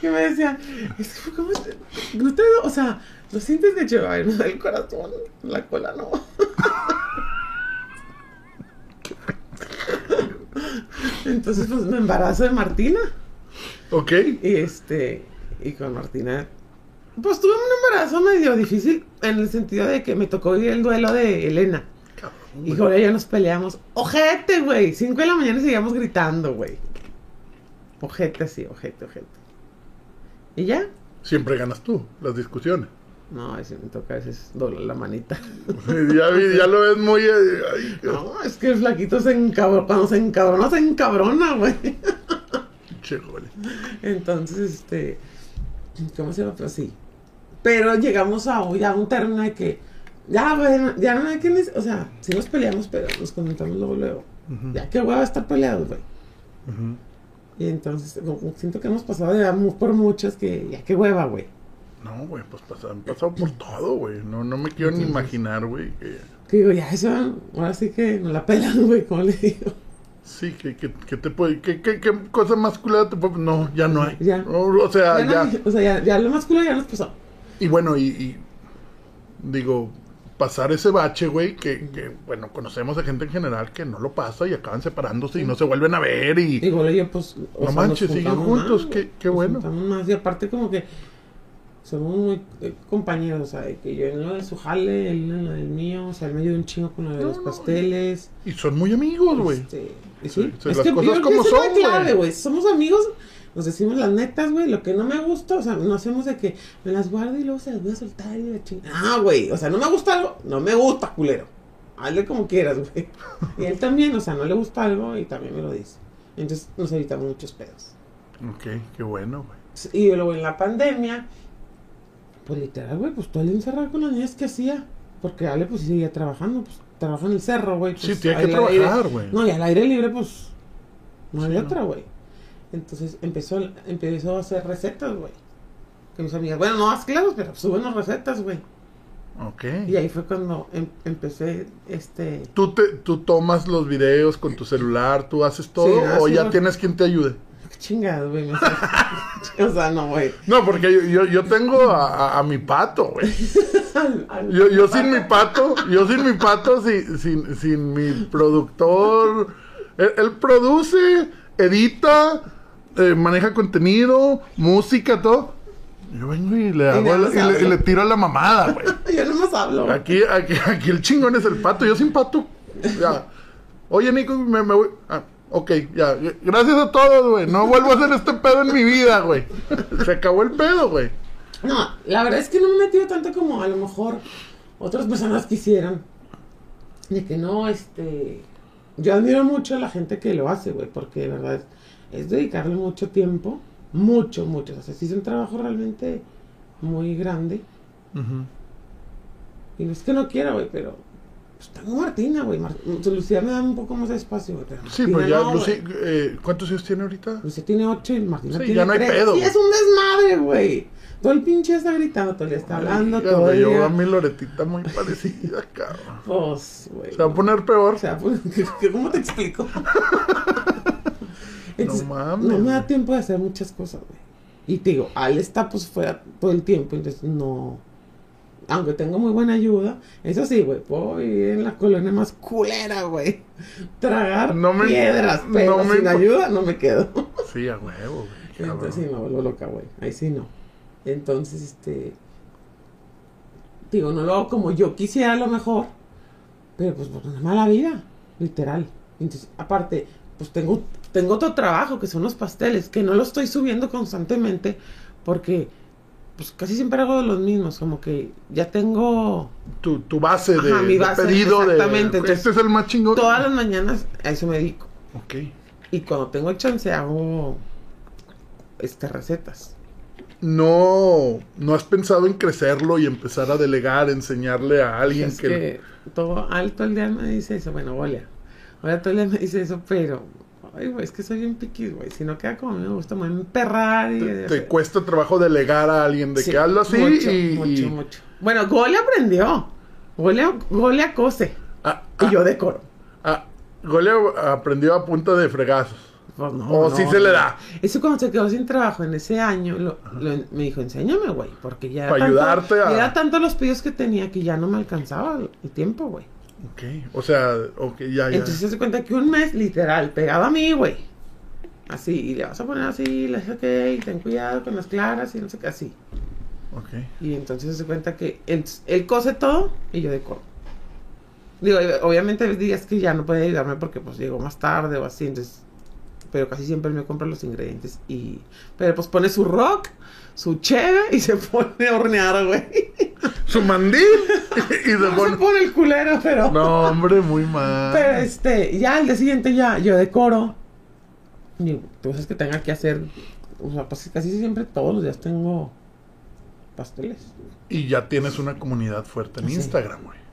Speaker 2: que me decía, es que ¿cómo es? No te, o sea, lo sientes que lleva el, el corazón, la cola no. Entonces pues me embarazo de Martina.
Speaker 1: Ok.
Speaker 2: Y este, y con Martina, pues tuve un embarazo medio difícil en el sentido de que me tocó vivir el duelo de Elena. Y con ella nos peleamos. ¡Ojete, güey! 5 de la mañana seguíamos gritando, güey. Ojete, sí, ojete, ojete. ¿Y ya?
Speaker 1: Siempre ganas tú las discusiones.
Speaker 2: No, si me toca a veces doblar la manita.
Speaker 1: ya, vi- ya lo ves muy. eh, ay,
Speaker 2: No, es que el flaquito se encabrona. Cuando se encabrona, se encabrona, güey.
Speaker 1: pinche gole.
Speaker 2: Entonces, este. ¿Cómo se llama? Pero sí. Pero llegamos a, un- ya a un término de que. Ya, bueno, ya no hay que. ni- O sea, sí nos peleamos, pero nos comentamos luego, luego.
Speaker 1: Ujú.
Speaker 2: Ya que hueva estar peleados, güey.
Speaker 1: Ujú.
Speaker 2: Y entonces, como- como siento que hemos pasado de edad mu- por muchas que ya qué hueva, güey.
Speaker 1: No, güey, pues pas- han pasado por todo, güey. No, no me quiero ni imaginar, güey. que-
Speaker 2: Que digo, ya eso, ahora sí que nos la pelan, güey, como le digo.
Speaker 1: Sí, que, que, que te puede, que, que- que cosa más culera te puede... No, ya no hay.
Speaker 2: Ya.
Speaker 1: O, o sea,
Speaker 2: Ya no-
Speaker 1: ya.
Speaker 2: O sea, ya, ya lo masculino ya nos pasó.
Speaker 1: Y bueno, y, y digo, pasar ese bache, güey, que, que, bueno, conocemos a gente en general que no lo pasa y acaban separándose y no se vuelven a ver y...
Speaker 2: Digo, oye, pues.
Speaker 1: No manches, siguen juntos, qué-
Speaker 2: güey,
Speaker 1: qué
Speaker 2: nos
Speaker 1: bueno.
Speaker 2: juntamos más, Y aparte, como que somos muy eh, compañeros, o sea, de que yo en lo de su jale, él en lo del mío, o sea, él me ayudó un chingo con lo de
Speaker 1: No,
Speaker 2: los
Speaker 1: no,
Speaker 2: pasteles.
Speaker 1: Y son muy amigos, güey.
Speaker 2: este, y
Speaker 1: Sí,
Speaker 2: sí,
Speaker 1: sí,
Speaker 2: es
Speaker 1: las
Speaker 2: que yo
Speaker 1: cosas
Speaker 2: creo que
Speaker 1: como
Speaker 2: esa es la
Speaker 1: son, güey.
Speaker 2: clave, güey. Somos amigos, nos decimos las netas, güey. Lo que no me gusta, o sea, no hacemos de que me las guardo y luego se las voy a soltar y la chingada. Ah, güey, o sea, no me gusta algo, no me gusta, culero. Hazle como quieras, güey. Y él también, o sea, no le gusta algo y también me lo dice. Entonces nos evitamos muchos pedos.
Speaker 1: Ok, qué bueno, güey.
Speaker 2: Y luego en la pandemia, pues literal, güey, pues todo el encerrado con las niñas que hacía. Porque Ale, pues sí seguía trabajando, pues trabaja en el cerro, güey.
Speaker 1: Sí,
Speaker 2: pues,
Speaker 1: tiene que
Speaker 2: al aire-
Speaker 1: trabajar, güey.
Speaker 2: No, y al aire libre, pues no
Speaker 1: Sí,
Speaker 2: había
Speaker 1: ¿no?
Speaker 2: otra, güey. Entonces empezó, empezó a hacer recetas, güey. Que mis amigas, bueno, no más claros, pero suben recetas, güey.
Speaker 1: Ok.
Speaker 2: Y ahí fue cuando em- empecé, este.
Speaker 1: ¿Tú, te, ¿Tú tomas los videos con tu celular? ¿Tú haces todo?
Speaker 2: Sí,
Speaker 1: ¿O
Speaker 2: así
Speaker 1: ya
Speaker 2: lo-
Speaker 1: tienes quien te ayude?
Speaker 2: Qué chingadas, güey. me hacía- o sea, no, güey.
Speaker 1: No, porque yo, yo, yo tengo a, a- a mi pato, güey.
Speaker 2: Al- al-
Speaker 1: Yo, yo sin mi pato, yo sin mi pato, sin, sin, sin mi productor. Él, él produce, edita, eh, maneja contenido, música, todo. Yo vengo y le, hago
Speaker 2: nada
Speaker 1: la-
Speaker 2: más
Speaker 1: y le- y
Speaker 2: hablo.
Speaker 1: le tiro la mamada, güey.
Speaker 2: Yo no más hablo. güey.
Speaker 1: Aquí, aquí, aquí el chingón es el pato, yo sin pato. Ya. Oye, Nico, me, me voy. Ah, ok, ya. Gracias a todos, güey. No vuelvo a hacer este pedo en mi vida, güey. Se acabó el pedo, güey.
Speaker 2: No, la verdad es que no me he metido tanto como a lo mejor otras personas quisieran. De que no, este. Yo admiro mucho a la gente que lo hace, güey, porque de verdad es, es dedicarle mucho tiempo. Mucho, mucho. O sea, sí es un trabajo realmente muy grande. Y no es que no quiera, güey, pero. Pues tengo Martina, güey. Mar- Lucía me da un poco más de espacio, güey. pero
Speaker 1: Sí,
Speaker 2: Martina
Speaker 1: pues ya,
Speaker 2: no, güey.
Speaker 1: Lucy, eh, ¿cuántos años tiene ahorita?
Speaker 2: Pues se tiene ocho y Martina
Speaker 1: Sí,
Speaker 2: tiene
Speaker 1: ya no hay
Speaker 2: tres.
Speaker 1: pedo,
Speaker 2: Sí,
Speaker 1: güey.
Speaker 2: es un desmadre, güey. Todo el pinche está gritando, todo el día está hablando,
Speaker 1: Ay,
Speaker 2: todo
Speaker 1: güey,
Speaker 2: el
Speaker 1: Yo
Speaker 2: día.
Speaker 1: a mi Loretita muy parecida, cabrón.
Speaker 2: Pues, güey.
Speaker 1: Se va a poner peor.
Speaker 2: O sea, pues, ¿qué- qué- ¿cómo te explico? Entonces,
Speaker 1: mames,
Speaker 2: No me
Speaker 1: güey.
Speaker 2: da tiempo de hacer muchas cosas, güey. Y te digo, Al está pues fuera todo el tiempo, entonces no. Aunque tengo muy buena ayuda, eso sí, güey, puedo vivir en la colonia más culera, güey. Tragar
Speaker 1: No me-
Speaker 2: piedras,
Speaker 1: no
Speaker 2: pero
Speaker 1: me
Speaker 2: sin
Speaker 1: impo-
Speaker 2: ayuda no me quedo.
Speaker 1: Sí, a huevo, güey. cabrón.
Speaker 2: Entonces sí me vuelvo loca, güey. Ahí sí no. Entonces, este. Digo, no lo hago como yo quisiera a lo mejor. Pero pues por una mala vida, literal. Entonces, aparte, pues tengo, tengo otro trabajo que son los pasteles, que no lo estoy subiendo constantemente porque pues casi siempre hago los mismos, como que ya tengo
Speaker 1: Tu, tu base de,
Speaker 2: Ajá, mi
Speaker 1: de
Speaker 2: base,
Speaker 1: pedido de.
Speaker 2: exactamente, entonces-
Speaker 1: este es el más chingón.
Speaker 2: todas las mañanas a eso me dedico.
Speaker 1: Ok.
Speaker 2: Y cuando tengo chance hago este recetas.
Speaker 1: No, no has pensado en crecerlo y empezar a delegar, enseñarle a alguien
Speaker 2: Es
Speaker 1: que,
Speaker 2: que todo alto el día me dice eso. Bueno, Olea. Olea todo el día me dice eso, pero. Ay, güey, es que soy bien piquis, güey. Si no queda como a mí me gusta, me voy a emperrar y.
Speaker 1: te, te cuesta trabajo delegar a alguien de
Speaker 2: Sí,
Speaker 1: que hazlo así
Speaker 2: Mucho,
Speaker 1: y,
Speaker 2: mucho,
Speaker 1: y-
Speaker 2: mucho. Bueno, Gole aprendió. Gole, Gole acose.
Speaker 1: Ah,
Speaker 2: Y yo decoro.
Speaker 1: ah, Goleo aprendió a punta de fregazos.
Speaker 2: Pues no,
Speaker 1: o
Speaker 2: no,
Speaker 1: si Oh, se le da.
Speaker 2: Eso cuando se quedó sin trabajo en ese año, lo- lo- me dijo, enséñame, güey, porque ya... era
Speaker 1: Pa'
Speaker 2: tanto-
Speaker 1: ayudarte a-
Speaker 2: ya Era tanto los pedidos que tenía que ya no me alcanzaba el- el tiempo, güey.
Speaker 1: Ok, o sea, ok, ya, ya.
Speaker 2: Entonces se hace cuenta que un mes, literal, pegado a mí, güey. Así, y le vas a poner así, le dije, ok, ten cuidado con las claras y no sé qué, así.
Speaker 1: Ok.
Speaker 2: Y entonces se hace cuenta que él, él cose todo y yo decoro. Digo, y obviamente hay días que ya no puede ayudarme porque pues llego más tarde o así, entonces... Pero casi siempre me compra los ingredientes y... Pero pues pone su rock, su cheve y se pone a hornear, güey.
Speaker 1: Su mandil y se
Speaker 2: No se
Speaker 1: pone-
Speaker 2: pone el culero, pero...
Speaker 1: No, hombre, muy mal.
Speaker 2: Pero este, ya al día siguiente ya, yo decoro. Y cosas que tenga que hacer. O sea, pues casi siempre todos los días tengo pasteles.
Speaker 1: Y ya tienes una comunidad fuerte en
Speaker 2: Sí.
Speaker 1: Instagram, güey.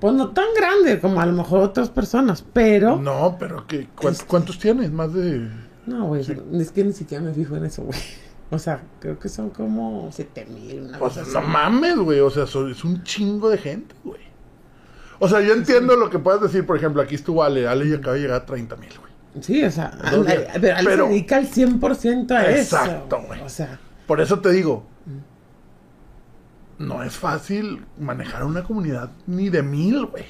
Speaker 2: Pues no tan grande como a lo mejor otras personas, pero. No,
Speaker 1: No, pero que
Speaker 2: Este-
Speaker 1: ¿cuántos tienes? Más de...
Speaker 2: güey,
Speaker 1: Sí.
Speaker 2: es que ni siquiera me fijo en eso, güey. O sea, creo que son como 7 mil, una
Speaker 1: O
Speaker 2: cosa
Speaker 1: sea,
Speaker 2: así.
Speaker 1: Pues, no mames, güey. O sea, so- es un chingo de gente, güey. O sea, yo entiendo lo que puedas decir. Por ejemplo, aquí estuvo Ale. Ale ya acaba de llegar a 30 mil, güey.
Speaker 2: Sí, o sea,
Speaker 1: Dos
Speaker 2: anda-
Speaker 1: días.
Speaker 2: pero él
Speaker 1: Pero-
Speaker 2: se dedica al 100% a eso.
Speaker 1: Exacto, güey.
Speaker 2: O sea,
Speaker 1: Por eso te digo, no es fácil manejar una comunidad ni de mil, güey.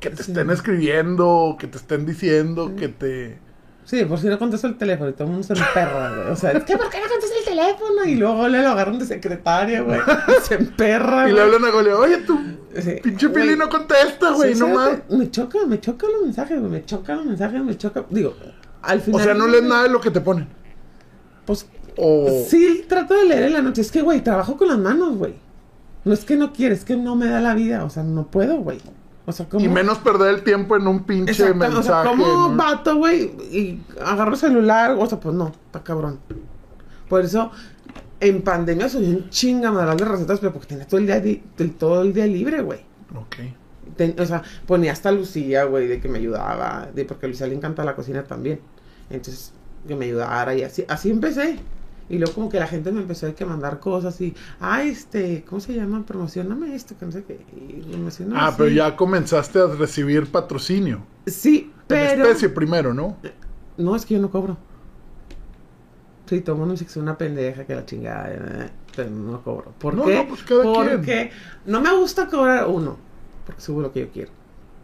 Speaker 1: Que te
Speaker 2: Sí.
Speaker 1: estén escribiendo, que te estén diciendo, que te...
Speaker 2: sí, por si no contesto el teléfono y todo el mundo se emperra, güey. O sea, es que ¿por qué no contestas el teléfono? Y luego le lo agarran de secretaria, güey. y Se emperra,
Speaker 1: Y le hablan a Goleo, oye, tú,
Speaker 2: Sí,
Speaker 1: pinche
Speaker 2: Ah, Eh, güey.
Speaker 1: Pili no contesta, güey,
Speaker 2: Sí,
Speaker 1: no
Speaker 2: sí,
Speaker 1: más.
Speaker 2: Me choca, me choca los mensajes, güey. Me choca los mensajes, me choca. Digo, al final.
Speaker 1: O sea, no lees nada de lo que te ponen.
Speaker 2: Pues
Speaker 1: O...
Speaker 2: sí, trato de leer en la noche. Es que, güey, trabajo con las manos, güey. No es que no quiera, es que no me da la vida. O sea, no puedo, güey. O sea, ¿cómo?
Speaker 1: Y menos perder el tiempo en un pinche
Speaker 2: Exacto,
Speaker 1: mensaje.
Speaker 2: o sea, como
Speaker 1: ¿no?
Speaker 2: vato, güey, y agarro el celular, o sea, pues no, está cabrón. Por eso, en pandemia soy un chingamadral de recetas, pero porque tenía todo el día, di- el- todo el día libre, güey.
Speaker 1: Ok.
Speaker 2: Ten- o sea, ponía hasta Lucía, güey, de que me ayudaba, de porque a Lucía le encanta la cocina también. Entonces, que me ayudara y así, así empecé. Y luego como que la gente me empezó a que mandar cosas y, ah, este, ¿cómo se llama? Promocioname esto, que no sé qué. Y promocioname
Speaker 1: Ah,
Speaker 2: así.
Speaker 1: pero ya comenzaste a recibir patrocinio.
Speaker 2: Sí,
Speaker 1: En
Speaker 2: pero... Eh.
Speaker 1: especie primero, ¿no?
Speaker 2: No, es que yo no cobro. Sí, tomo una sección una pendeja que la chingada, eh, pero no cobro. ¿Por
Speaker 1: No,
Speaker 2: qué?
Speaker 1: no, pues cada
Speaker 2: Porque
Speaker 1: quien.
Speaker 2: no me gusta cobrar uno, porque subo lo que yo quiero.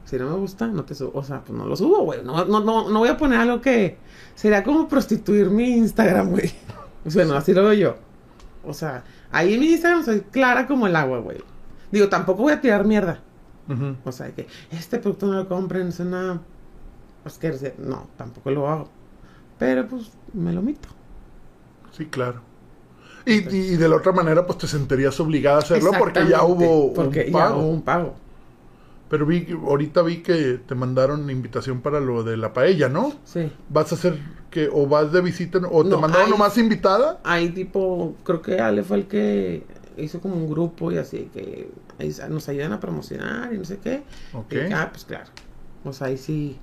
Speaker 2: Si no me gusta, no te subo. O sea, pues no lo subo, güey. No, no, no, no voy a poner algo que será como prostituir mi Instagram, güey. Bueno, así lo veo yo. O sea, ahí en mi Instagram soy clara como el agua, güey. Digo, tampoco voy a tirar mierda.
Speaker 1: Ujú.
Speaker 2: O sea, que este producto no lo compren, es una asquerosidad. No, tampoco lo hago. Pero pues me lo mito.
Speaker 1: Sí, claro. Y, y de la otra manera, pues te sentirías obligada a hacerlo porque ya
Speaker 2: Exactamente,
Speaker 1: hubo
Speaker 2: porque
Speaker 1: un
Speaker 2: ya
Speaker 1: pago.
Speaker 2: hubo un pago.
Speaker 1: Pero vi, que- ahorita vi que te mandaron invitación para lo de la paella, ¿no?
Speaker 2: Sí.
Speaker 1: ¿Vas a hacer que o vas de visita o te
Speaker 2: No,
Speaker 1: mandaron
Speaker 2: hay-
Speaker 1: nomás invitada?
Speaker 2: Ahí tipo, creo que Ale fue el que hizo como un grupo y así que ahí sa- nos ayudan a promocionar y no sé qué.
Speaker 1: Ok.
Speaker 2: Y, ah, pues claro. O sea, ahí sí.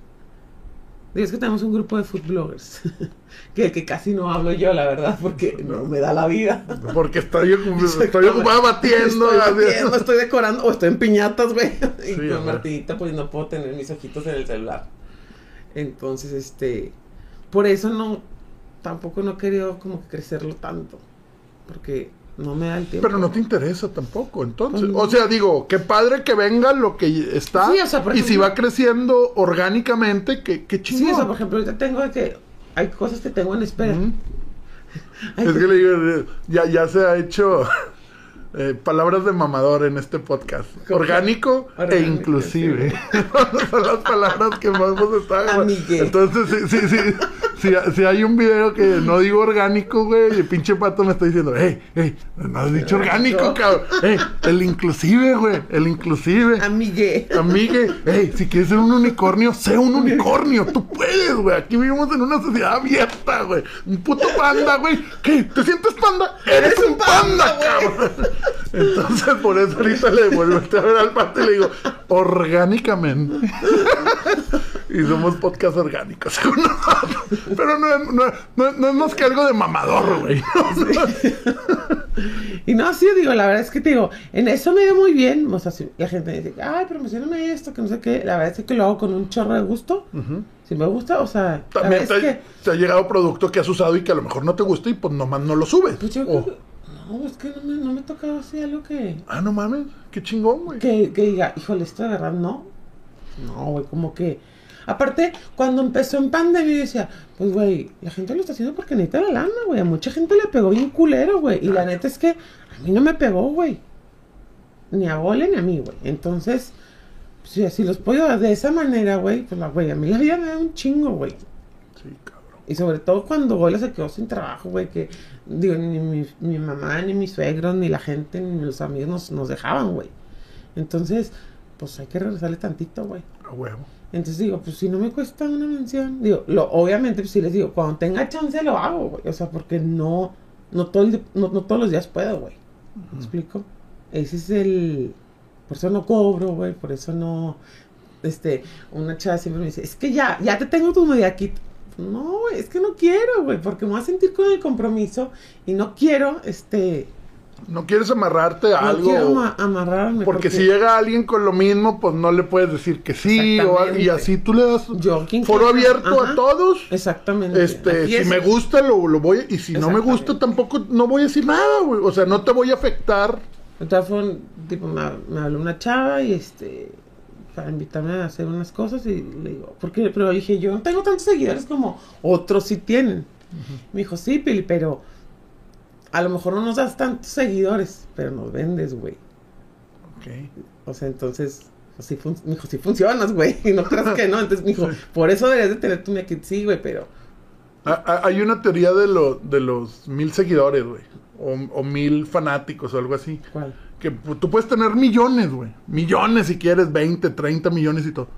Speaker 2: Digo, es que tenemos un grupo de food bloggers. que, que casi no hablo yo, la verdad, porque no me da la vida.
Speaker 1: Porque estoy, ocup- estoy
Speaker 2: Exactamente.
Speaker 1: ocupada batiendo.
Speaker 2: Estoy,
Speaker 1: así.
Speaker 2: batiendo, estoy decorando o estoy en piñatas, güey. Y
Speaker 1: Sí, ajá.
Speaker 2: con Martinita, pues no puedo tener mis ojitos en el celular. Entonces, este. Por eso no. Tampoco no he querido como que crecerlo tanto. Porque no me da el tiempo.
Speaker 1: Pero no te interesa tampoco, entonces.
Speaker 2: Pues no.
Speaker 1: O sea, digo, qué padre que venga lo que está.
Speaker 2: Sí, o sea, por
Speaker 1: y si
Speaker 2: ejemplo-
Speaker 1: va creciendo orgánicamente, qué, qué
Speaker 2: Sí,
Speaker 1: chingón.
Speaker 2: o sea, por ejemplo, ahorita tengo de que. Hay cosas que tengo en espera.
Speaker 1: Ujú.
Speaker 2: Hay
Speaker 1: Es que le digo, ya, ya se ha hecho eh, palabras de mamador en este podcast.
Speaker 2: ¿Cómo?
Speaker 1: Orgánico, e
Speaker 2: Orgánico,
Speaker 1: inclusive. Son las palabras que más nos están. güey.
Speaker 2: Amigué.
Speaker 1: Entonces, sí, sí, sí. Si, si hay un video que no digo orgánico, güey, y el pinche pato me está diciendo, hey, hey, no has dicho orgánico, cabrón. Hey, el inclusive, güey, el
Speaker 2: Ah,
Speaker 1: inclusive.
Speaker 2: Amigue.
Speaker 1: Amigue, hey, si quieres ser un unicornio, sé un unicornio. Tú puedes, güey. Aquí vivimos en una sociedad abierta, güey. Un puto panda, güey. ¿Qué? ¿Te sientes panda? Eres un panda, cabrón. Entonces, por eso ahorita le volviste a ver al pato y le digo, orgánicamente. Y somos podcast orgánicos, según nosotros. Pero no, es- no, es- no, es- no es más que algo de mamador, güey.
Speaker 2: Y no, sí, digo, la verdad es que te digo, en eso me dio muy bien. O sea, si la gente me dice, ay, promocioname esto, que no sé qué. La verdad es que lo hago con un chorro de gusto.
Speaker 1: Ujú.
Speaker 2: Si me gusta, o sea, la
Speaker 1: También
Speaker 2: verdad
Speaker 1: te,
Speaker 2: es que,
Speaker 1: te ha llegado producto que has usado y que a lo mejor no te gusta y pues nomás no lo subes.
Speaker 2: pues yo
Speaker 1: O-
Speaker 2: creo que- no, es que no me, no me ha tocado así algo que,
Speaker 1: Ah, no mames, qué chingón, güey.
Speaker 2: que, que diga, híjole, esto de verdad no. No, güey, como que, aparte, cuando empezó en pandemia, yo decía, pues, güey, la gente lo está haciendo porque necesita la lana, güey, a mucha gente le pegó bien culero, güey, y la neta es que a mí no me pegó, güey, ni a Ole ni a mí, güey, entonces, pues, si, si los puedo dar de esa manera, güey, pues, la güey, a mí la vida me da un chingo, güey.
Speaker 1: Sí, cabrón.
Speaker 2: Y sobre todo cuando Gola se quedó sin trabajo, güey, que digo, ni mi, mi mamá, ni mis suegros, ni la gente, ni los amigos nos, nos dejaban, güey. Entonces, pues hay que regresarle tantito, güey.
Speaker 1: A huevo.
Speaker 2: Entonces digo, pues si no me cuesta una mención, digo, lo, obviamente pues, sí les digo, cuando tenga chance lo hago, güey. O sea, porque no, no, todo el di- no, no todos los días puedo, güey. ¿Me explico? Ese es el... Por eso no cobro, güey, por eso no... Este, una chava siempre me dice, es que ya, ya te tengo tu mediaquito. No, güey, es que no quiero, güey, porque me voy a sentir con el compromiso y no quiero, este,
Speaker 1: No quieres amarrarte a
Speaker 2: No
Speaker 1: algo.
Speaker 2: quiero ama- amarrarme.
Speaker 1: Porque si llega alguien con lo mismo, pues no le puedes decir que sí. o al- y
Speaker 2: Exactamente.
Speaker 1: así tú le das
Speaker 2: Yo, ¿quién
Speaker 1: foro
Speaker 2: quiere?
Speaker 1: abierto
Speaker 2: Ajá.
Speaker 1: a todos.
Speaker 2: Exactamente.
Speaker 1: Este,
Speaker 2: Aquí
Speaker 1: si
Speaker 2: es-
Speaker 1: me gusta, lo, lo voy. Y si no me
Speaker 2: Exactamente.
Speaker 1: gusta, tampoco no voy a decir nada, güey. O sea, no te voy a afectar.
Speaker 2: Entonces fue un tipo, me, hab- me habló una chava y este, para invitarme a hacer unas cosas y le digo, porque, pero dije, yo no tengo tantos seguidores como otros sí tienen. Me dijo, sí, Pili, pero a lo mejor no nos das tantos seguidores, pero nos vendes, güey. O sea, entonces, así fun- me dijo, sí funcionas, güey, y no creas que no. Entonces me dijo, por eso deberías de tener tu aquí sí, güey, pero
Speaker 1: A- a- Ah, hay una teoría de, lo, de los mil seguidores, güey. O, o mil fanáticos o algo así.
Speaker 2: ¿cuál?
Speaker 1: Que pu- tú puedes tener millones, güey. Millones si quieres, 20, 30 millones y todo.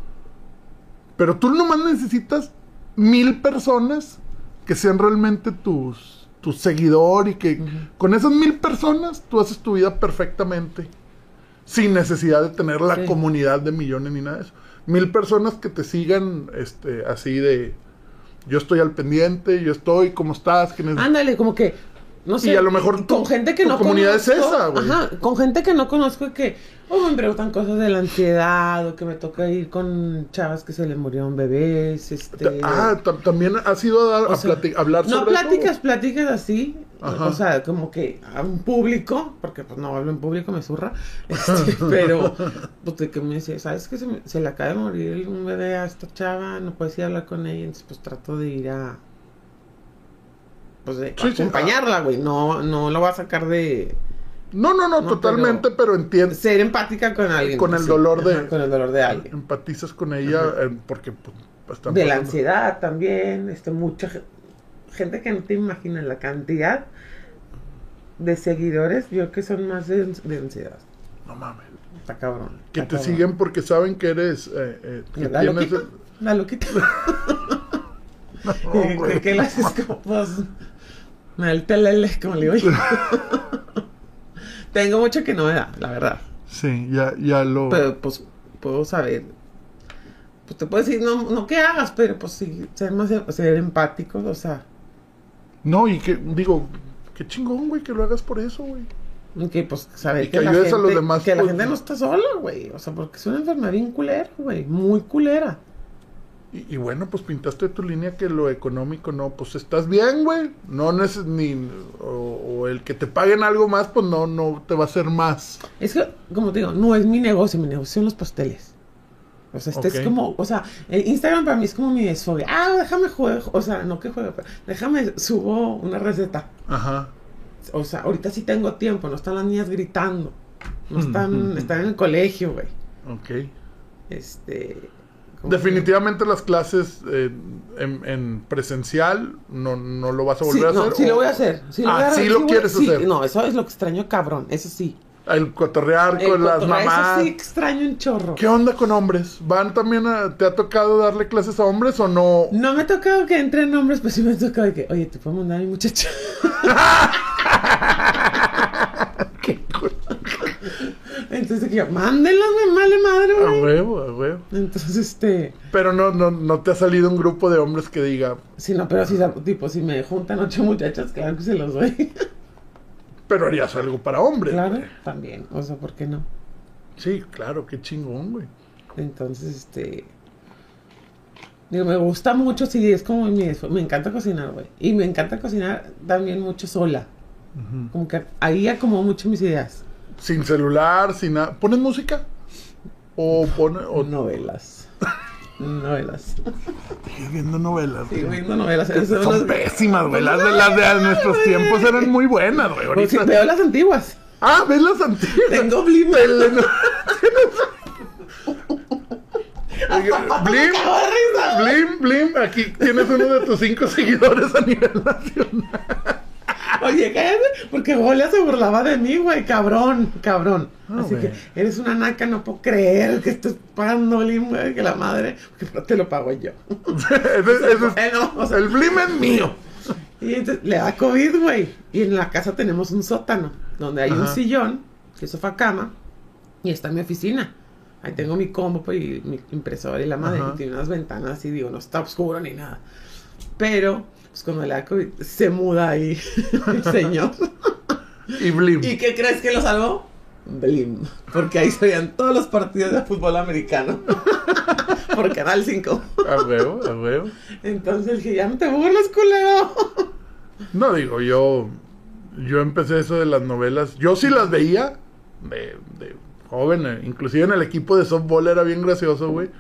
Speaker 1: Pero tú nomás necesitas mil personas que sean realmente tus, tu seguidor y que con esas mil personas tú haces tu vida perfectamente. Sin necesidad de tener la
Speaker 2: Sí.
Speaker 1: comunidad de millones ni nada de eso. Mil personas que te sigan este, así de... Yo estoy al pendiente, yo estoy, ¿cómo estás? ¿Quién es?
Speaker 2: Ándale, como que. No sé.
Speaker 1: Y a lo mejor tu-
Speaker 2: con gente que
Speaker 1: tu
Speaker 2: no
Speaker 1: comunidad es
Speaker 2: conozco.
Speaker 1: esa, güey.
Speaker 2: Ajá, con gente que no conozco y que. O me preguntan cosas de la ansiedad, o que me toca ir con chavas que se le murieron bebés, este.
Speaker 1: Ah, tam- también has ido a, dar-
Speaker 2: o
Speaker 1: a
Speaker 2: sea,
Speaker 1: plati- hablar
Speaker 2: No
Speaker 1: sobre eso?
Speaker 2: pláticas, pláticas así.
Speaker 1: Ajá.
Speaker 2: O sea, como que a un público, porque pues no hablo en público, me zurra. este, pero, pues de que me decía, ¿sabes que se, me- se le acaba de morir un bebé a esta chava? No puedes ir a hablar con ella, entonces pues trato de ir a. Pues de
Speaker 1: Sí, ah. sí,
Speaker 2: acompañarla, güey. No, no lo va a sacar de
Speaker 1: No, no, no,
Speaker 2: No,
Speaker 1: totalmente, pero, entiendes,
Speaker 2: ser empática con alguien.
Speaker 1: Con el
Speaker 2: sí.
Speaker 1: dolor de-
Speaker 2: Ajá, con el dolor de alguien.
Speaker 1: empatizas con ella eh, porque pues, están
Speaker 2: de la
Speaker 1: pasando.
Speaker 2: ansiedad también, este, mucha ge- gente que no te imaginas la cantidad de seguidores, yo creo que son más de, de ansiedad.
Speaker 1: No mames.
Speaker 2: Está cabrón.
Speaker 1: Que te
Speaker 2: está Ah, cabrón.
Speaker 1: siguen porque saben que eres. eh, eh, que
Speaker 2: La
Speaker 1: tienes-
Speaker 2: loquita. La loquita.
Speaker 1: No,
Speaker 2: Que-
Speaker 1: güey.
Speaker 2: que- que la haces como, pues, me da el telele, como le digo yo. Tengo mucho que no me da, la verdad.
Speaker 1: Sí, ya, ya lo.
Speaker 2: Pero pues puedo saber. Pues te puedo decir, no, no que hagas, pero pues sí, ser más ser empáticos, o sea.
Speaker 1: No, y que, digo, qué chingón, güey, que lo hagas por eso, güey.
Speaker 2: Que pues saber
Speaker 1: Y que ayudes a los demás,
Speaker 2: que la
Speaker 1: pues.
Speaker 2: gente no está sola, güey. O sea, porque es una enfermedad bien culera, güey. Muy culera.
Speaker 1: Y, y bueno, pues pintaste tu línea que lo económico no, pues estás bien, güey. No neces ni. O, o el que te paguen algo más, pues no, no te va a hacer más.
Speaker 2: Es que, como te digo, no es mi negocio, mi negocio son los pasteles. O sea, este
Speaker 1: Ok.
Speaker 2: es como, o sea, el Instagram para mí es como mi desfogue. Ah, déjame jugar, o sea, no que juegue, pero déjame subo una receta.
Speaker 1: Ajá.
Speaker 2: O sea, ahorita sí tengo tiempo, no están las niñas gritando. No
Speaker 1: Mm, mm,
Speaker 2: están,
Speaker 1: mm.
Speaker 2: están en el colegio, güey.
Speaker 1: Ok.
Speaker 2: Este. como que-
Speaker 1: Definitivamente las clases eh, en, en presencial no, no lo vas a
Speaker 2: Sí,
Speaker 1: volver a
Speaker 2: no,
Speaker 1: hacer.
Speaker 2: sí
Speaker 1: o-
Speaker 2: lo voy a hacer. Sí
Speaker 1: Ah,
Speaker 2: voy a-
Speaker 1: sí lo
Speaker 2: voy-
Speaker 1: quieres
Speaker 2: sí,
Speaker 1: hacer.
Speaker 2: No, eso es lo que extraño, cabrón. Eso sí.
Speaker 1: El cotorrear
Speaker 2: El
Speaker 1: con las
Speaker 2: cotorreo, Eh, eso
Speaker 1: mamás.
Speaker 2: sí extraño un chorro.
Speaker 1: ¿Qué onda con hombres? ¿Van también a... ¿Te ha tocado darle clases a hombres o no?
Speaker 2: No me ha tocado que entren hombres, pero sí me ha tocado de que, oye, te puedo mandar a mi muchacha.
Speaker 1: ¿Qué co-
Speaker 2: Entonces que yo, mándenlos, me vale madre,
Speaker 1: A
Speaker 2: güey.
Speaker 1: huevo, a huevo.
Speaker 2: Entonces, este,
Speaker 1: Pero no, no, no te ha salido un grupo de hombres que diga...
Speaker 2: si no, pero si, tipo, si me juntan ocho muchachas, claro que se los doy.
Speaker 1: Pero harías algo para hombres.
Speaker 2: claro, también, o sea, ¿por qué no?
Speaker 1: Sí, claro, qué chingón, güey.
Speaker 2: Entonces, este. Digo, me gusta mucho, sí, es como mi. Me encanta cocinar, güey. Y me encanta cocinar también mucho sola.
Speaker 1: Ujú.
Speaker 2: Como que ahí acomodo mucho mis ideas.
Speaker 1: Sin celular, sin nada. ¿Pones música? ¿O pones...? O...
Speaker 2: Novelas. novelas.
Speaker 1: Sigues viendo novelas.
Speaker 2: Sigo
Speaker 1: güey.
Speaker 2: viendo novelas. Eso
Speaker 1: Son
Speaker 2: no-
Speaker 1: pésimas, güey. Las de, las de a nuestros tiempos eran muy buenas, güey.
Speaker 2: Pues sí,
Speaker 1: Ahorita-
Speaker 2: veo las antiguas.
Speaker 1: Ah, ves las antiguas.
Speaker 2: Tengo Blim.
Speaker 1: Teleno- Blim,
Speaker 2: ¡Cago de risa!
Speaker 1: Blim, Blim. Aquí tienes uno de tus cinco seguidores a nivel nacional.
Speaker 2: Oye, cállate, porque Golia se burlaba de mí, güey, cabrón, cabrón.
Speaker 1: Ah,
Speaker 2: Así
Speaker 1: güey.
Speaker 2: que eres una naca, no puedo creer que estés pagando Blim, güey, que la madre, porque pero te lo pago yo.
Speaker 1: Ese- ese es-
Speaker 2: Eh, no, o sea,
Speaker 1: el Blim es mío.
Speaker 2: Y entonces le da COVID, güey. Y en la casa tenemos un sótano, donde hay un
Speaker 1: Ajá.
Speaker 2: sillón, que es sofá cama, y está mi oficina. Ahí tengo mi combo pues, y mi impresora y la madre,
Speaker 1: Ajá.
Speaker 2: y tiene unas ventanas y digo, no está oscuro ni nada. Pero, pues cuando le da COVID, se muda ahí el señor.
Speaker 1: y Blim.
Speaker 2: ¿Y qué crees que lo salvó? Blim. Porque ahí se veían todos los partidos de fútbol americano. Por Canal 5.
Speaker 1: A huevo, a huevo.
Speaker 2: Entonces dije, ya no te burles, culero.
Speaker 1: No digo, yo. Yo empecé eso de las novelas. Yo sí las veía. De, de joven. eh, Inclusive en el equipo de softball era bien gracioso, güey.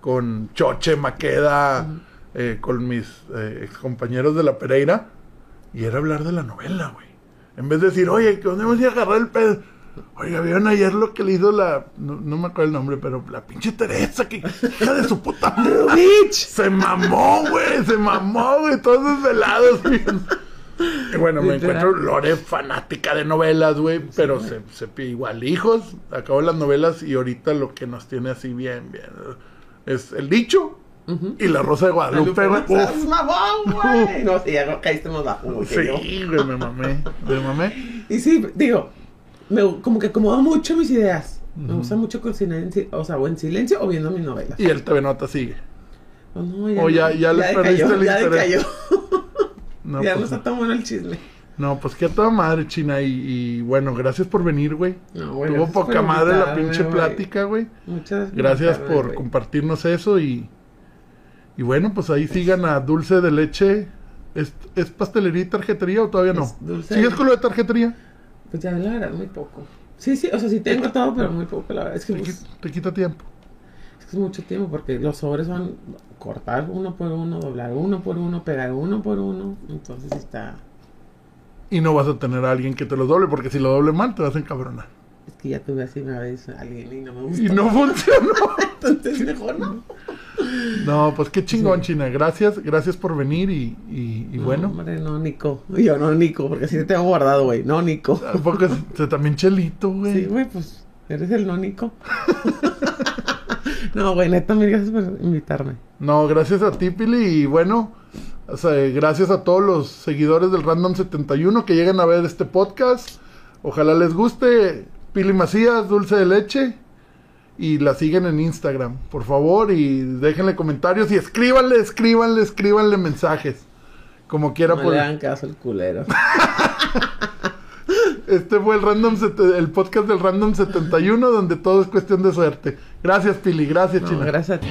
Speaker 1: Con Choche, Maqueda. eh, con mis eh, excompañeros de la Pereira. Y era hablar de la novela, güey. En vez de decir, oye, que dónde vamos a ir a agarrar el pedo? Oiga, ¿vieron ayer lo que le hizo la... No, no me acuerdo el nombre, pero la pinche Teresa, que hija de su puta madre.
Speaker 2: Bitch.
Speaker 1: Se mamó, güey, se mamó, güey, todos desvelados. güey. Y bueno, me
Speaker 2: Literal.
Speaker 1: encuentro Lore fanática de novelas, güey, pero se, se pi- igual hijos, acabo las novelas y ahorita lo que nos tiene así bien, bien, es el dicho y la Rosa de Guadalupe, güey.
Speaker 2: ¡Seas
Speaker 1: Uf,
Speaker 2: mamón, güey! No, si ya no caíste más bajo güey, que yo.
Speaker 1: Sí, güey, me mamé, me mamé.
Speaker 2: Y sí, digo, me, como que acomodo mucho mis ideas. Me gusta mucho cocinar en, si- o sea, o en silencio o viendo mis novelas.
Speaker 1: Y el TV Nota sigue.
Speaker 2: Oh, no,
Speaker 1: O ya-
Speaker 2: no,
Speaker 1: ya le perdiste
Speaker 2: decayó,
Speaker 1: el
Speaker 2: ya
Speaker 1: interés.
Speaker 2: decayó.
Speaker 1: No,
Speaker 2: ya no
Speaker 1: pues,
Speaker 2: está tan bueno el chisme.
Speaker 1: no, pues que a toda madre, China, y, y bueno, gracias por venir, güey.
Speaker 2: No, bueno,
Speaker 1: Tuvo
Speaker 2: gracias por
Speaker 1: poca madre la
Speaker 2: invitarme,
Speaker 1: pinche
Speaker 2: güey.
Speaker 1: plática, güey.
Speaker 2: Muchas
Speaker 1: Gracias
Speaker 2: invitarme,
Speaker 1: por
Speaker 2: güey.
Speaker 1: compartirnos eso y, y bueno, pues ahí sigan a Dulce de Leche. ¿Es, es pastelería y tarjetería o todavía no?
Speaker 2: Es dulce de
Speaker 1: ¿Sigues
Speaker 2: leche.
Speaker 1: con lo de tarjetería?
Speaker 2: Pues ya, la verdad, muy poco. Sí, sí, o sea, sí tengo todo, pero muy poco, la verdad. Es que,
Speaker 1: Te,
Speaker 2: pues,
Speaker 1: qui- te quita tiempo.
Speaker 2: es que es mucho tiempo porque los sobres van cortar uno por uno, doblar uno por uno, pegar uno por uno. Entonces está.
Speaker 1: Y no vas a tener a alguien que te lo doble porque si lo doble mal te vas a encabronar.
Speaker 2: Es que ya tuve así una vez a alguien y no me gustó.
Speaker 1: Y no funcionó.
Speaker 2: Entonces mejor no.
Speaker 1: No, pues qué chingón, China. Gracias, gracias por venir y, y- y
Speaker 2: No,
Speaker 1: bueno.
Speaker 2: hombre, no, Nico. Yo no, Nico, porque si te tengo guardado, güey. No, Nico.
Speaker 1: ¿A poco es- te- también chelito, Ah, güey.
Speaker 2: Sí, güey, pues eres el no Nico. no, güey, neta, mil gracias por invitarme.
Speaker 1: No, gracias a ti, Pili. Y bueno, o sea, gracias a todos los seguidores del Random 71 que llegan a ver este podcast. Ojalá les guste. Pili Macías, Dulce de Leche. Y la siguen en Instagram, por favor. Y déjenle comentarios y escríbanle, escríbanle, escríbanle mensajes. Como quiera. pues.
Speaker 2: No
Speaker 1: por-
Speaker 2: le hagan caso al culero.
Speaker 1: Este fue el, random sete- el podcast del Random 71, donde todo es cuestión de suerte. Gracias, Pili. Gracias,
Speaker 2: No,
Speaker 1: China.
Speaker 2: gracias a ti.